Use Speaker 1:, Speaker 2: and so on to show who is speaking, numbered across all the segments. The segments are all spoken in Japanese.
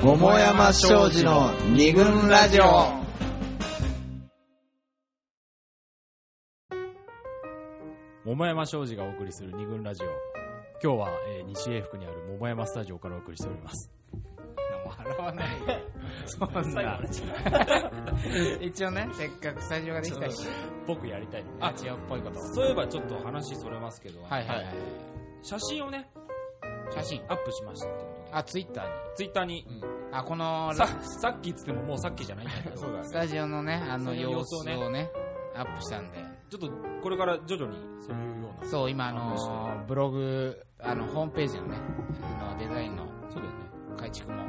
Speaker 1: 桃山商事の二軍ラジオ
Speaker 2: 桃山商事がお送りする二軍ラジオ今日は、えー西英福にある桃山スタジオからお送りしております
Speaker 3: 笑わないよそんな一応ねせっかくスタジオができたし
Speaker 2: 僕やりたいの
Speaker 3: ラジオっぽいこと
Speaker 2: そういえばちょっと話それますけど、
Speaker 3: はいはいはい
Speaker 2: 写真をね
Speaker 3: 写真
Speaker 2: アップしましたってこ
Speaker 3: あツイッターに
Speaker 2: とツイッターに、
Speaker 3: あこの
Speaker 2: ささっきっつってももうさっきじゃないんだ けど
Speaker 3: スタジオのねあの
Speaker 2: スタジオ
Speaker 3: 様
Speaker 2: の様子
Speaker 3: 子
Speaker 2: をね
Speaker 3: をねアップしたんで
Speaker 2: ちょっとこれから徐々にそういうようなそ
Speaker 3: そう今あのブログあのホームページのねあのデザインの
Speaker 2: うだよね
Speaker 3: 改築も
Speaker 2: はい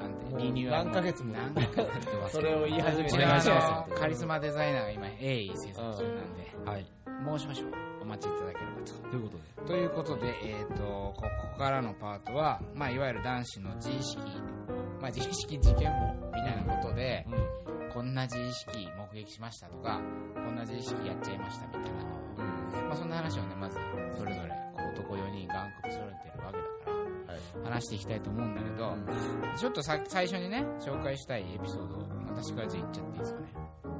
Speaker 3: あん
Speaker 4: も
Speaker 3: で
Speaker 4: う
Speaker 3: リニューアル
Speaker 4: 何ヶ月も
Speaker 3: 何ヶ月もやってます
Speaker 4: それを言い始
Speaker 3: う
Speaker 4: め
Speaker 3: ち
Speaker 4: て
Speaker 2: お願いしま
Speaker 3: の
Speaker 2: す
Speaker 3: あのカリスマデザイナーが今鋭意制作中なんで
Speaker 2: はい
Speaker 3: もう少々お待ちいただければと
Speaker 2: ということで
Speaker 3: ということで、えー、とここからのパートは、まあ、いわゆる男子の自意識、まあ、自意識事件もみたいなことで、こんな自意識目撃しましたとかこんな自意識やっちゃいましたみたいな、まあ、そんな話をねまずそれぞれこう男4人が暗黒揃えてるわけだから、話していきたいと思うんだけど、ちょっとさ最初にね紹介したいエピソードを私からじゃあ言っちゃっていいですかね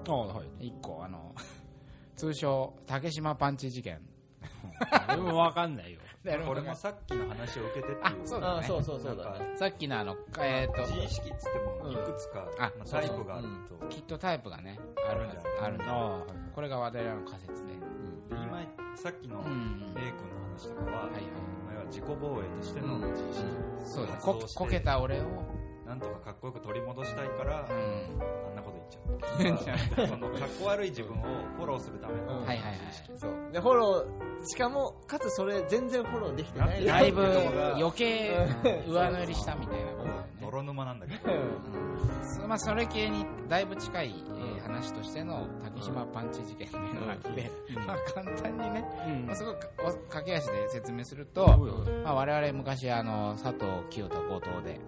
Speaker 2: ああはい
Speaker 3: 一個あの 通称竹島パンチ事件
Speaker 2: 誰もわかんないよ
Speaker 5: これもさっきの話を受けてっていう
Speaker 3: あ、そうだ
Speaker 4: あ
Speaker 3: ね。
Speaker 4: そうそうそう
Speaker 5: な
Speaker 4: だ
Speaker 5: んか
Speaker 4: ね
Speaker 3: さっきのあの、えっ、
Speaker 5: 自
Speaker 3: と、
Speaker 5: 意識っつってもいくつか、
Speaker 3: んあ
Speaker 5: まあ、
Speaker 3: そう
Speaker 5: タ
Speaker 3: そう
Speaker 5: イプがあると、
Speaker 3: きっとタイプがね、あるんじゃ あるんだ。
Speaker 2: あ
Speaker 3: これが我々の仮説で。
Speaker 5: で今さっきの
Speaker 3: うん。
Speaker 5: A 君の話とかは、
Speaker 3: はいはい。
Speaker 5: 前は自己防衛としての自意識
Speaker 3: そうだね。
Speaker 5: 発
Speaker 3: こ
Speaker 5: 動して
Speaker 3: こけた俺を、
Speaker 5: なんとかかっこよく取り戻したいから、
Speaker 3: うん。
Speaker 5: あんなこと言っちゃったそのかっこ悪い自分をフォローするための
Speaker 4: うん
Speaker 3: はいはいはい。
Speaker 4: そうでフォローしかもかつそれ全然フォローできてない
Speaker 3: だいぶ
Speaker 4: うん
Speaker 3: 余計上塗りしたみたいなことだよね。
Speaker 5: 泥沼なんだけど
Speaker 3: うんまあ、それ系にだいぶ近い、えー話としての竹島パンチ事件というのがあって、まあ簡単にね、
Speaker 2: あうん
Speaker 3: まあ、すごくお駆け足で説明すると、
Speaker 2: どうよ
Speaker 3: まあ、我々昔あの佐藤清田高等で、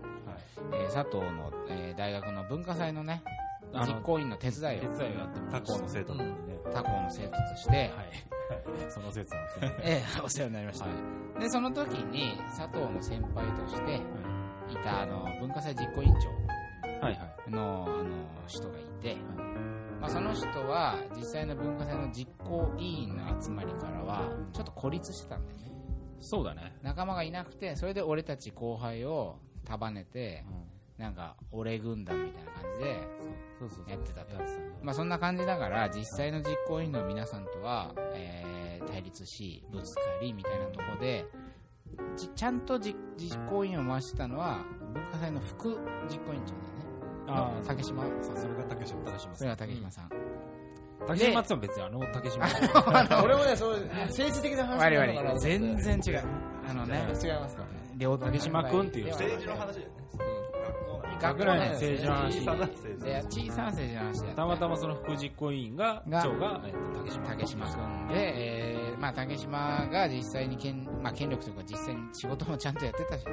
Speaker 3: えー佐藤の、えー大学の文化祭のね
Speaker 2: あ
Speaker 3: 実
Speaker 2: の
Speaker 3: 行委員の手伝い
Speaker 2: 手
Speaker 3: を
Speaker 2: 伝いをやってもら
Speaker 5: 他
Speaker 2: って
Speaker 5: 校の生徒なのにね、
Speaker 3: 他校の生徒として、
Speaker 2: はいその説なんですね
Speaker 3: えーお世話になりました、でその時に佐藤の先輩としていたあの文化祭実行委員
Speaker 2: はいはい
Speaker 3: 長のあの人がいて、まあ、その人は実際の文化祭の実行委員の集まりからはちょっと孤立してたんだよね
Speaker 2: そうだね
Speaker 3: 仲間がいなくてそれで俺たち後輩を束ねてなんか俺軍団みたいな感じで
Speaker 2: そうそう
Speaker 3: やってたとまあ、そんな感じだから実際の実行委員の皆さんとは、えー対立しぶつかりみたいなとこでじちゃんとじ実行委員を回してたのは文化祭の副実行委員長だよね
Speaker 2: あ
Speaker 3: の竹島さん
Speaker 5: それが竹島さん
Speaker 3: それは竹島さん、
Speaker 2: あ竹島さん別にあの竹島 さん
Speaker 4: 俺もねそう政治的な話
Speaker 3: 我
Speaker 4: なのかな
Speaker 3: 々全然違うあのね
Speaker 4: 違いますか
Speaker 3: 両
Speaker 2: 竹島君っていう人
Speaker 5: 政治の話だよね学校の
Speaker 3: 学校
Speaker 2: ぐらい
Speaker 3: の
Speaker 2: の政治の話
Speaker 5: 小さな政治
Speaker 3: で小さな政治の話だった
Speaker 2: たまたまその副実行委員が
Speaker 3: が
Speaker 2: 長がえっと竹島
Speaker 3: 竹島君で、えーまあ、竹島が実際に権,、まあ、権力というか実際に仕事もちゃんとやってたしね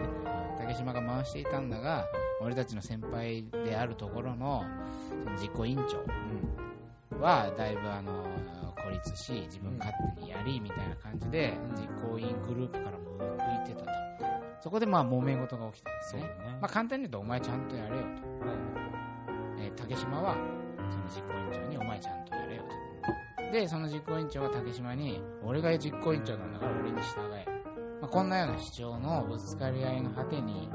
Speaker 3: 竹島が回していたんだが俺たちの先輩であるところのその実行委員長はだいぶあの孤立し自分勝手にやりみたいな感じで実行委員グループからも向いてたとそこでまあ揉め事が起きたんです
Speaker 2: そう
Speaker 3: ね
Speaker 2: だね
Speaker 3: まあ、簡単に言うとお前ちゃんとやれよと、えー竹島はその実行委員長にお前ちゃんとやれよとでその実行委員長は竹島に俺が実行委員長なんだから俺に従え、まあ、こんなような主張のぶつかり合いの果てに、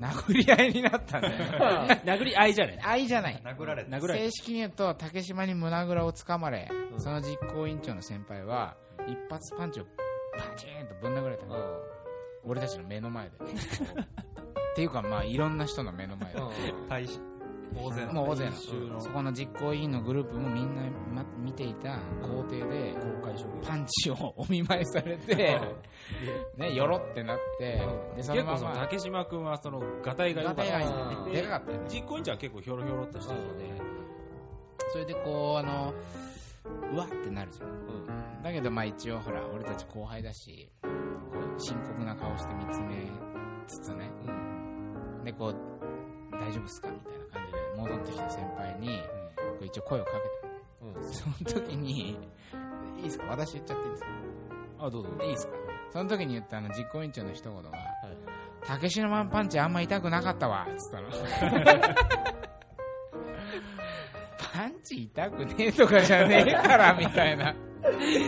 Speaker 3: 殴り合いになったんだよ
Speaker 2: 殴り合いじゃね
Speaker 3: 愛じゃない
Speaker 5: 殴られて
Speaker 2: 殴られ
Speaker 3: 正式に言うと竹島に胸ぐらをつかまれ、その実行委員長の先輩は一発パンチをバチーンとぶん殴られたの、俺たちの目の前でっていうかまあいろんな人の目の前で、
Speaker 5: 大使大勢の
Speaker 3: もう大勢
Speaker 5: 大衆
Speaker 3: のそこの実行委員のグループもみんな、ま、見ていた校庭で
Speaker 2: 公開処理
Speaker 3: パンチをお見舞いされて、 ね、よろってなって、でその
Speaker 2: 結
Speaker 3: ま
Speaker 2: 構その
Speaker 3: ま
Speaker 2: 竹島君はそのガタイが良か
Speaker 3: ガ
Speaker 2: った
Speaker 3: タイがいいんだよね
Speaker 4: うん
Speaker 3: でかかったよね
Speaker 2: 実行委員長は結構ひょろひょろっとしてるので
Speaker 3: それでこうあのうわってなるじゃん、だけどまあ一応ほら俺たち後輩だしこう深刻な顔して見つめつつね、でこう大丈夫っすかみたいな感じで戻ってきた先輩に、こう一応声をかけた、その時にいいですか私言っちゃっていいですか
Speaker 2: あどうぞ
Speaker 3: いいですかその時に言ったあの実行委員長の一言が、竹島マンパンチあんま痛くなかったわ、つったの。パンチ痛くねえとかじゃねえから、みたいな。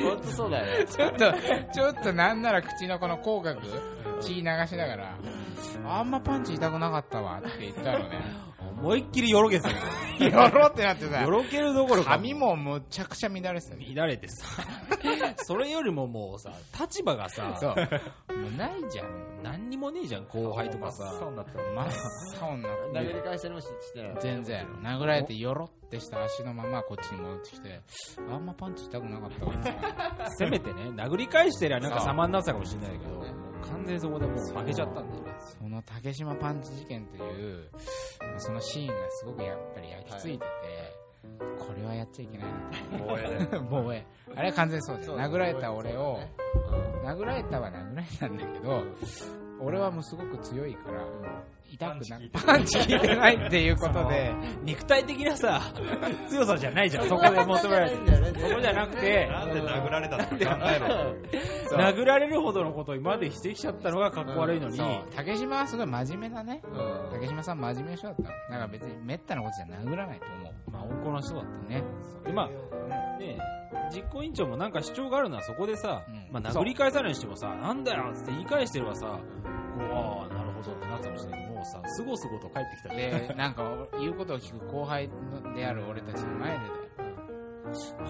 Speaker 4: 本当そうだよね。
Speaker 3: ちょっと、ちょっとなんなら口のこの口角、血流しながら、あんまパンチ痛くなかったわって言ったのね。
Speaker 2: 思いっきりよろけ てたよ。
Speaker 3: よろってなってさ
Speaker 2: よ、ろけるどころか。
Speaker 3: 髪もむちゃくちゃ乱れてたね。
Speaker 2: 乱れてさ。 それよりももうさ、立場がさ、
Speaker 3: そう。もうないじゃん。
Speaker 2: 何にもねえじゃん、後輩とかさ。
Speaker 5: そうなった
Speaker 3: 真っ青になって。
Speaker 4: 殴り返したりもししてない。
Speaker 3: 全然殴られてよろってした足のままこっちに戻ってきてあんまパンチ痛くなかったわ
Speaker 2: せめてね、殴り返してりゃなんか
Speaker 3: そう
Speaker 2: 様になってたかもしれないけど、もう完全にそこでもう負けちゃったんだよね。
Speaker 3: その竹島パンチ事件というまあそのシーンがすごくやっぱり焼き付いてて、これはやっちゃいけないな ともうええあれは完全にそうだよ
Speaker 4: そうだね
Speaker 3: 殴られた俺を、
Speaker 4: うん
Speaker 3: 殴られたは殴られたんだけど俺はもうすごく強いから痛くなパンチ効いてないっていうことで
Speaker 2: 肉体的 なさ、強さじゃないじゃん、そこで求められてる。そこじゃなくて、
Speaker 5: なんで殴られたのか考えろよ
Speaker 3: そう
Speaker 2: 殴られるほどのことを今までしてきちゃったのが格好悪いのに、
Speaker 3: そう竹島はすごい真面目だね
Speaker 4: うん
Speaker 3: 竹島さん真面目な人だったのだから別にめったなことじゃ殴らないと思
Speaker 2: まあ温厚な人だった。
Speaker 3: うね
Speaker 2: 今、ねえ実行委員長もなんか主張があるならそこでさ、
Speaker 3: うん
Speaker 2: まあ殴り返さないにしてもさ、なんだよっつって言い返してればさ、こうああ、なるほどってなったかもしれないけど、もうさ、すごすごと帰ってきたね。
Speaker 3: で なんか言うことを聞く後輩のである俺たちの前でだよ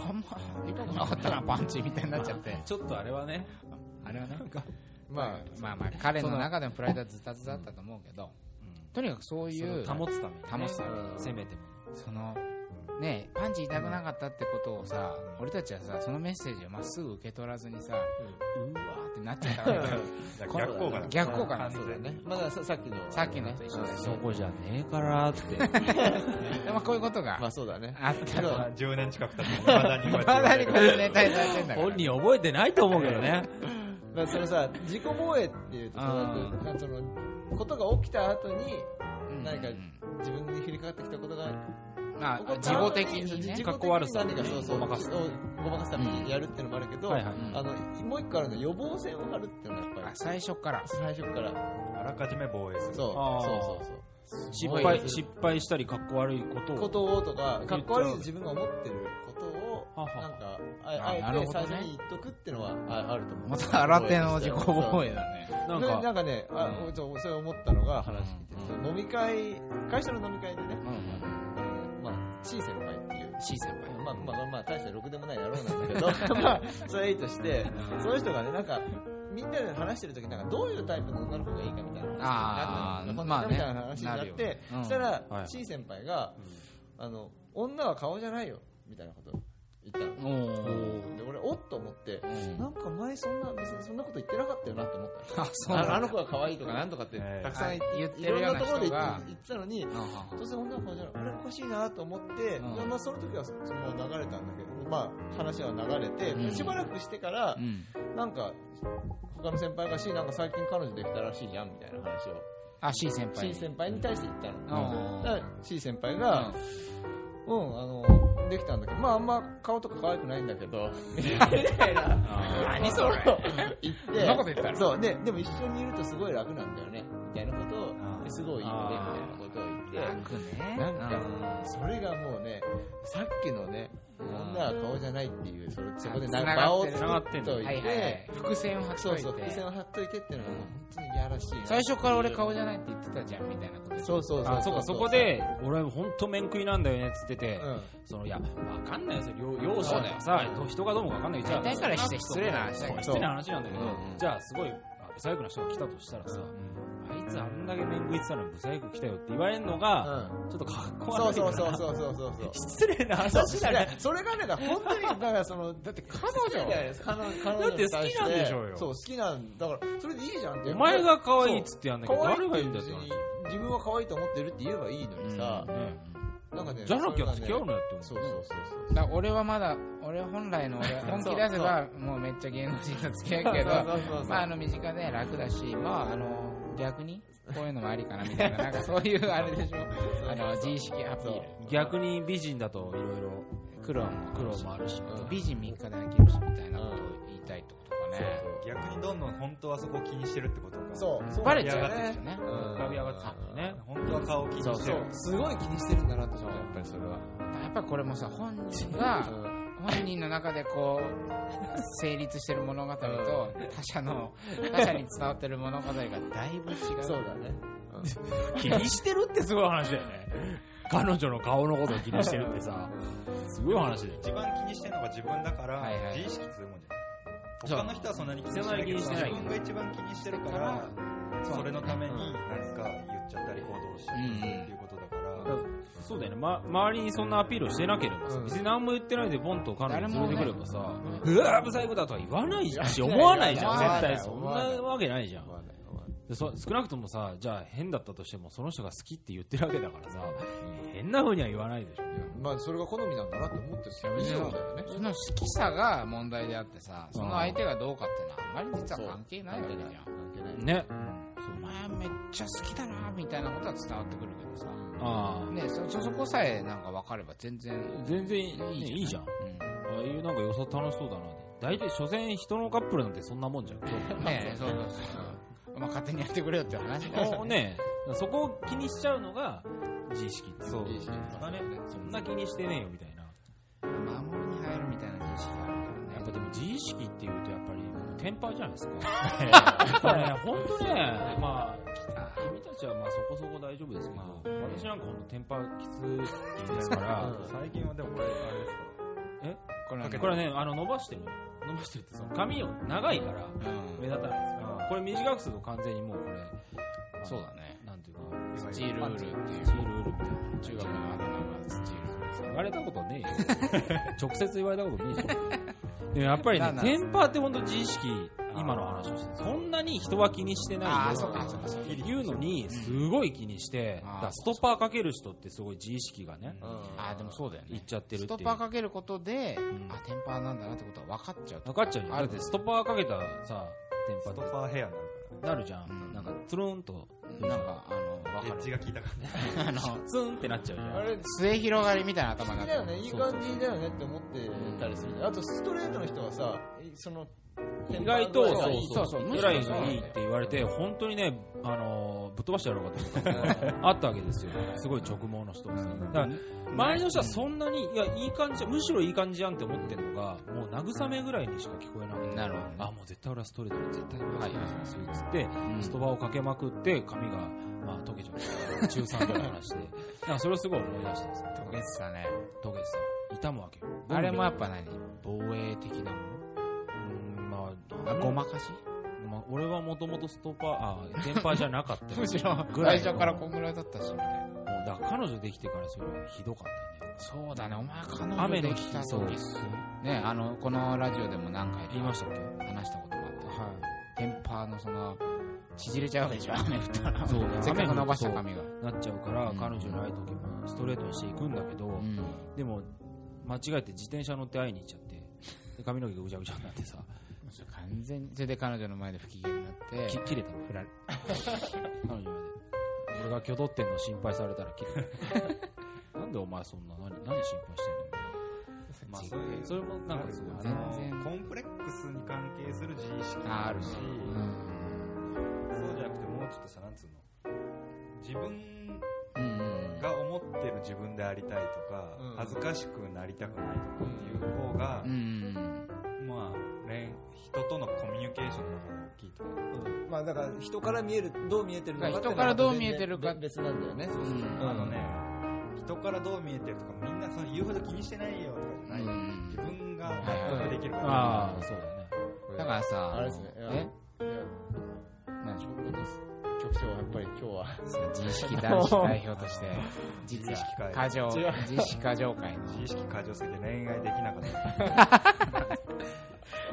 Speaker 3: あんま痛くなかったなパンチみたいになっちゃって
Speaker 2: ちょっとあれはね、
Speaker 3: あれはね
Speaker 4: ま
Speaker 3: まあまあ彼の中でもプライドはズタズタだったと思うけどとにかくそう
Speaker 2: そ
Speaker 3: いう
Speaker 2: の保つためにね、
Speaker 3: 保つために
Speaker 2: せめても。
Speaker 3: そのねパンチ痛くなかったってことをさ俺たちはさそのメッセージをまっすぐ受け取らずにさうわーってなっちゃったわけだよ
Speaker 4: あ。
Speaker 5: 逆効果だ
Speaker 3: 逆効果なん
Speaker 4: あ
Speaker 3: で
Speaker 4: そ
Speaker 3: すよ
Speaker 4: うだよね。まあだからささっきの。
Speaker 3: さっきのと一緒だよ
Speaker 2: そこじゃねえか らって。
Speaker 3: でまあこういうこと
Speaker 4: うんま
Speaker 3: が
Speaker 4: あそうだね。
Speaker 3: あったと
Speaker 5: 10年近く経ってまだ にこうやって
Speaker 3: まだにこれネタにされてんだから
Speaker 2: 本人覚えてないと思うけどね。
Speaker 4: まあそのさ、自己防衛っていうと、そ
Speaker 3: あ
Speaker 4: のなんかその、ことが起きた後に、
Speaker 3: うん
Speaker 4: 何か自分に降りかかってきたことが
Speaker 3: まあ事後的にね
Speaker 4: 自己的
Speaker 2: かっこ悪さ
Speaker 4: 何かそうそう
Speaker 2: ごまかす
Speaker 4: ごまかすためにやるっていうのもあるけど、
Speaker 2: はいはい。
Speaker 3: うん
Speaker 4: あのもう一個あるのは予防線を張るっていうのはやっぱ
Speaker 3: あ
Speaker 4: り
Speaker 3: 最初から
Speaker 4: 最初から
Speaker 5: あらかじめ防衛す
Speaker 4: そう
Speaker 5: る
Speaker 2: あー
Speaker 4: そうそう
Speaker 2: 失敗、失敗したり、格好悪いこと
Speaker 4: そう
Speaker 2: を。
Speaker 4: ことをとかかっこ悪いと自分が思ってることを
Speaker 2: はは
Speaker 4: なんかあ
Speaker 3: あ
Speaker 4: あ
Speaker 3: な
Speaker 4: え
Speaker 3: る
Speaker 4: て
Speaker 3: ほど
Speaker 4: 最
Speaker 3: ね
Speaker 4: 初に言っとくっていうのはああると思う
Speaker 3: また新手の自己防衛だね
Speaker 4: なん
Speaker 2: な
Speaker 4: んか
Speaker 2: か、
Speaker 4: なんかねあ
Speaker 3: う
Speaker 4: そうそれ思ったのが話聞いて
Speaker 3: うん
Speaker 4: て、その飲み会会社の飲み会でね、
Speaker 3: うんうん
Speaker 4: まあ、C 先輩っていう
Speaker 3: C 先輩
Speaker 4: まあまあまあまあ大してろくでもない野郎なんだ けどまあそれはいいとしてその人がねなんかみんなで話してる時なんかどういうタイプの女の子がいいかみたいな
Speaker 3: あ
Speaker 4: 話になった
Speaker 3: ー
Speaker 4: の
Speaker 3: まあね
Speaker 4: みたいな話になっ
Speaker 3: なるよ
Speaker 4: て
Speaker 3: う
Speaker 4: そ
Speaker 3: ん
Speaker 4: したら
Speaker 2: はい
Speaker 4: C 先輩が「あの女は顔じゃないよ」みたいなこと言ったの
Speaker 3: おー
Speaker 4: で俺おっと思って
Speaker 3: うん
Speaker 4: なんか前そんな別にそんなこと言ってなかったよなと思った
Speaker 3: あそ
Speaker 4: の
Speaker 3: うなんだ
Speaker 4: ああの子が可愛いとかなんとかって
Speaker 5: はい
Speaker 4: たくさん
Speaker 3: 言
Speaker 4: 言
Speaker 3: っ
Speaker 4: っててい
Speaker 3: る
Speaker 4: ろん
Speaker 3: ような
Speaker 4: な
Speaker 3: 人
Speaker 4: ところで言
Speaker 3: が
Speaker 4: って言ってたのに
Speaker 3: うんうん
Speaker 4: 突然女の子じゃあれおかしいなと思って、
Speaker 3: うん
Speaker 4: まあまあその時はそそのまま流れたんだけど、まあ、話は流れて、
Speaker 3: うん
Speaker 4: しばらくしてから
Speaker 3: う、ん
Speaker 4: なんか他の先輩が C なんか最近彼女できたらしいやんみたいな話を
Speaker 3: あ C 先輩
Speaker 4: C 先輩に対して言った
Speaker 3: う
Speaker 4: の、
Speaker 3: ん
Speaker 4: だから C 先輩が、うん、あのできたんだけどまああんま顔とか可愛くないんだけどみたい な
Speaker 3: 何それ
Speaker 4: 言って
Speaker 3: そんなこと言ったの
Speaker 4: そうででも一緒にいるとすごい楽なんだよねみたいなことをすごいいいよねみたいなことを言って
Speaker 3: 泣くね
Speaker 4: なんか、それがもうね、さっきのね、女は顔じゃないっていう、それそこでな
Speaker 3: 繋
Speaker 4: 場
Speaker 3: がっ
Speaker 4: を
Speaker 3: てる
Speaker 4: 作っ
Speaker 3: う
Speaker 4: とい
Speaker 3: んはいはいはい
Speaker 4: て、
Speaker 3: 伏線を張っ
Speaker 4: そ
Speaker 3: と
Speaker 4: うそう、
Speaker 3: い
Speaker 4: 伏
Speaker 3: て
Speaker 4: 線を張っといてっていうのがもう本当にいやらしいな。
Speaker 3: 最初から俺顔じゃないって言ってたじゃんみたいなこと
Speaker 4: そうそうそう。
Speaker 2: あ、そうか、そこ、で、俺ほんと面食いなんだよね、つってて、
Speaker 4: うん。
Speaker 2: その、いや、わかんないですよ、両両者だよさ、ど人がどうもわかんないけど。じゃあ
Speaker 3: 大体からして失礼な話だけど
Speaker 2: そう失礼な話なんだけど、
Speaker 4: うんうん
Speaker 2: じゃあすごい、あブサイクな人が来たとしたらさ、あいつあんだけ面食いってたのにブサイク来たよって言われるの
Speaker 4: う
Speaker 2: が、
Speaker 4: ん。
Speaker 2: ちょっとかっこ
Speaker 4: そ
Speaker 2: 悪
Speaker 4: う
Speaker 2: いか
Speaker 4: そ
Speaker 2: ら。
Speaker 4: うそうそうそうそうそう。
Speaker 2: 失礼な話だ
Speaker 4: いや
Speaker 2: ね。
Speaker 4: それがね、だから本当に、だからその、だって彼
Speaker 3: 女
Speaker 4: 彼女彼女に対して
Speaker 2: だって好きなんでしょうよ
Speaker 4: そう、好きなんだから、それでいいじゃんって。
Speaker 2: お前が可愛いっつってやんだけ
Speaker 4: そう、
Speaker 2: ど、
Speaker 4: 可愛
Speaker 2: 誰
Speaker 4: い
Speaker 2: が
Speaker 4: っ
Speaker 2: いい
Speaker 4: て
Speaker 2: んだって
Speaker 4: 別
Speaker 2: 話
Speaker 4: に。自分は可愛いと思ってるって言えばいいのにさ、
Speaker 2: ね
Speaker 4: なんかね、
Speaker 2: じゃなきゃ付き合う
Speaker 4: の
Speaker 2: なよって思う。
Speaker 4: そうそうそうそう。
Speaker 3: だから俺はまだ俺本来 の俺本気出せばもうめっちゃ芸能人と付き合うけど
Speaker 4: そうそうそうそう
Speaker 3: まああの身近で楽だしまああの逆にこういうのもありかなみ たいななんかそういうあれでしょあの自意識アピール
Speaker 2: 逆に美人だといろいろ
Speaker 3: 苦労も
Speaker 2: 苦労もあるし。
Speaker 3: 美人3日で飽きるしみたいなことを言いたいってことかよね。
Speaker 5: 逆にどんどん本当はそこを気にしてるってことか。
Speaker 4: そうう。
Speaker 3: ん
Speaker 4: そう
Speaker 3: バレちゃうやつですよね。
Speaker 4: 浮
Speaker 2: 浮かび上がってたんだよね。
Speaker 5: 本当は顔を気にしてる。
Speaker 4: そう。すごい気にしてるんだなと思った、やっぱりそれは。
Speaker 3: やっぱりこれもさ、本 人が、本人の中でこう、成立してる物語と、他者の、他者に伝わってる物語がだいぶ違う。
Speaker 4: そうだね。
Speaker 2: 気にしてるってすごい話だよね。 彼女の顔のことを気にしてるってさ、すごい話だよ。
Speaker 5: 一番気にしてるのが自分だから、
Speaker 3: はいはい
Speaker 5: 自意識するもんじゃない。
Speaker 2: そう
Speaker 5: 他の人はそんなに気にしてないけど、
Speaker 2: そん
Speaker 5: 自
Speaker 2: なに気にしてない
Speaker 5: 分が一番気にしてるから、それのために何か言っちゃったり行動したりするっていうことだから、
Speaker 2: そうだよね、ま、周りにそんなアピールをしてなければさ、
Speaker 4: うん
Speaker 2: 別に何も言ってないでボンと彼女
Speaker 3: 誰
Speaker 2: に連
Speaker 3: も
Speaker 2: れ
Speaker 3: ね
Speaker 2: てくればさ、
Speaker 3: う
Speaker 2: うわ、不細工だとは言わないし、
Speaker 4: いや
Speaker 2: 思わないじゃん、
Speaker 4: いや
Speaker 2: 絶
Speaker 4: いや
Speaker 2: 対。そん
Speaker 4: 思
Speaker 2: な
Speaker 4: わない
Speaker 2: わけないじゃん
Speaker 4: 思。わない思わない
Speaker 2: でそ少なくともさ、じゃあ変だったとしても、その人が好きって言ってるわけだからさ、変な風には言わないでしょ。
Speaker 4: いやまあ、それが好みなんだなって思ってるし、
Speaker 3: 別に
Speaker 4: そうだよね。
Speaker 3: その好きさが問題であってさ、その相手がどうかっていうのはあんまり実は関係ないわけじゃん。
Speaker 4: 関係ない。
Speaker 2: ね。
Speaker 3: お前めっちゃ好きだな、みたいなことは伝わってくるけどさ。
Speaker 2: あ
Speaker 3: ねそ、そそこさえなんか分かれば全然、
Speaker 2: あ、全然いいいいじゃん。ああいうなんか良さ楽しそうだなって。大体、所詮人のカップルなんてそんなもんじゃん。
Speaker 3: うん。ねそうそうそう。まあ、勝手にやってくれよって話 だよ
Speaker 2: そうねそこを気にしちゃうのが自意識っていう
Speaker 5: そう
Speaker 4: いいし
Speaker 2: だねそんな気にしてねえよみたいなや
Speaker 3: 守りに入るみたいな認識があるからね。
Speaker 2: っぱでも自意識っていうとやっぱり天敗じゃないですか これね本当ねまあ君たちはまあそこそこ大丈夫ですけど私なんかほんと天敗きついですから
Speaker 5: 最近はでもこれ、あれですか
Speaker 3: これはね
Speaker 2: これはねあの伸ばしてる伸ばしてるってその髪を長いから
Speaker 3: うん
Speaker 2: 目立たないですからこれ短くすると完全にもうこれ
Speaker 3: そうだね。
Speaker 2: なんていう
Speaker 3: ス
Speaker 2: か
Speaker 3: チールウールっていう
Speaker 2: スチールウールみたいな
Speaker 3: 中学のあだ名がスチールウールです
Speaker 2: 言われたことねえよ 直接言われたことねえよでもやっぱりね
Speaker 3: なんなん
Speaker 2: テンパーって本当自意識今の話をしてそんなに人は気にしてない
Speaker 3: あ
Speaker 2: よ
Speaker 3: あ、そうか、そうか、そうか。
Speaker 2: 言うのにすごい気にして、
Speaker 3: うん
Speaker 2: だからストッパーかける人ってすごい自意識がね、
Speaker 3: ああ、でもそうだよ
Speaker 2: いっ
Speaker 3: ね。
Speaker 2: ちゃってるって
Speaker 3: ス
Speaker 2: いう
Speaker 3: トッパーかけることで、
Speaker 2: ん
Speaker 3: あ、テンパーなんだなってことは分かっちゃうと。
Speaker 2: 分かっちゃうよ
Speaker 3: あ
Speaker 2: だ
Speaker 3: る
Speaker 2: ってストッパーかけたらさテンパ
Speaker 5: スト
Speaker 2: ーっ
Speaker 5: ッパーヘアになる
Speaker 2: てなるじゃん、
Speaker 3: うん
Speaker 2: なんかつるんと
Speaker 3: なんか、あの、
Speaker 5: から。エ
Speaker 3: 分
Speaker 5: ッジが効いた感じ。
Speaker 3: かる。あの、
Speaker 2: ツンってなっちゃうじゃん
Speaker 4: あれ、
Speaker 3: 末広がりみたいな頭
Speaker 4: 好
Speaker 3: にな
Speaker 4: き
Speaker 3: っ
Speaker 4: だ
Speaker 3: て
Speaker 4: よ
Speaker 3: る。
Speaker 4: ね、いい感じだよねって思ってたりする。あと、ストレートの人はさ、その、
Speaker 2: 意外と
Speaker 4: そう
Speaker 3: そうそう
Speaker 2: ぐらいがいいって言われて本当にねあのぶっ飛ばしてやろうかと思ったあったわけですよ。すごい直毛の人がさだから、周りの人はそんなに、いや、いい感じ、むしろいい感じやんって思ってんのが、もう慰めぐらいにしか聞こえなくて、
Speaker 3: なるほどね
Speaker 2: あ、もう絶対俺はストレートで絶対俺はストレートですよ、つ
Speaker 3: う
Speaker 2: って、
Speaker 3: ん
Speaker 2: ストバをかけまくって、髪が、まあ、溶けちゃった。中3ぐらいの話 で。なんかそれをすごい思い出したんですよ。
Speaker 3: 溶けてたね。
Speaker 2: トゲさん。痛むわけよ。
Speaker 3: あれもやっぱ何防衛的なも
Speaker 2: うん、ま
Speaker 3: の
Speaker 2: あ、
Speaker 3: あごまかし
Speaker 2: まあ俺はもともとストーパー、あ、テンパーじゃな かったよ。
Speaker 3: むしろ、
Speaker 2: ぐらい
Speaker 3: 最初
Speaker 2: の
Speaker 3: からこんぐらいだったし、みたいな。
Speaker 2: もうだから彼女できてからそれひどかったね。
Speaker 3: そうだね、お前彼
Speaker 2: 雨
Speaker 3: 女
Speaker 2: の
Speaker 3: で
Speaker 2: 日
Speaker 3: きた
Speaker 2: そう
Speaker 3: 時すね、あの、このラジオでも何回
Speaker 2: 言い
Speaker 3: か
Speaker 2: ましたっけ
Speaker 3: 話したことがあった。
Speaker 2: はい。
Speaker 3: テンパーのその、縮れちゃうわけでしょ、雨降ったら。
Speaker 2: そう
Speaker 3: せっかく伸ばした髪が。
Speaker 2: なっちゃうから、
Speaker 3: うん
Speaker 2: 彼女に会う時もストレートにしていくんだけど、
Speaker 3: うん
Speaker 2: でも間違えて自転車乗って会いに行っちゃってで髪の毛がぐちゃぐちゃになってさ
Speaker 3: 完全に。それで彼女の前で不機嫌になって
Speaker 2: き、切れたの振 られ彼女まで俺が挙動ってんの心配されたら 切れたなんでお前そんな何何心配してんの、まあ、
Speaker 5: そう
Speaker 2: それ
Speaker 5: いう
Speaker 2: それもなんかすごい
Speaker 3: 全
Speaker 5: あ
Speaker 3: 然
Speaker 5: のコンプレックスに関係する自意識
Speaker 3: ああるし
Speaker 5: し、
Speaker 3: うん
Speaker 5: そうじゃなくてもうちょっとさ、なんつうの。自分
Speaker 3: うんうん
Speaker 5: が思ってる自分でありたいとか、
Speaker 4: うん
Speaker 5: 恥ずかしくなりたくないとかっていう方が
Speaker 3: うんう、ん
Speaker 5: まあ、恋人とのコミュニケーションの中で大きいと思う。
Speaker 4: うんまあだから人から見える、どう見えてるのかっていうのは
Speaker 3: 人からどう見えてるか
Speaker 4: 全然別なんだよね。
Speaker 3: うん
Speaker 5: あのね、人からどう見えてるとか、みんなその言うほど気にしてないよとかじゃない。
Speaker 3: うん
Speaker 5: 自分が
Speaker 3: はいはい
Speaker 5: 納得できるから。
Speaker 2: ああそうだね
Speaker 3: だからさ、
Speaker 4: あれですねいや
Speaker 3: え
Speaker 4: いや
Speaker 3: 何でしょう
Speaker 4: 局長はやっぱり今日は。
Speaker 3: その自意識男子代表として、実
Speaker 5: 自意識
Speaker 3: は、
Speaker 5: 会
Speaker 3: 過剰
Speaker 4: 違う、
Speaker 3: 自意識過剰会の、
Speaker 5: 自意識過剰すぎて恋愛できなかった。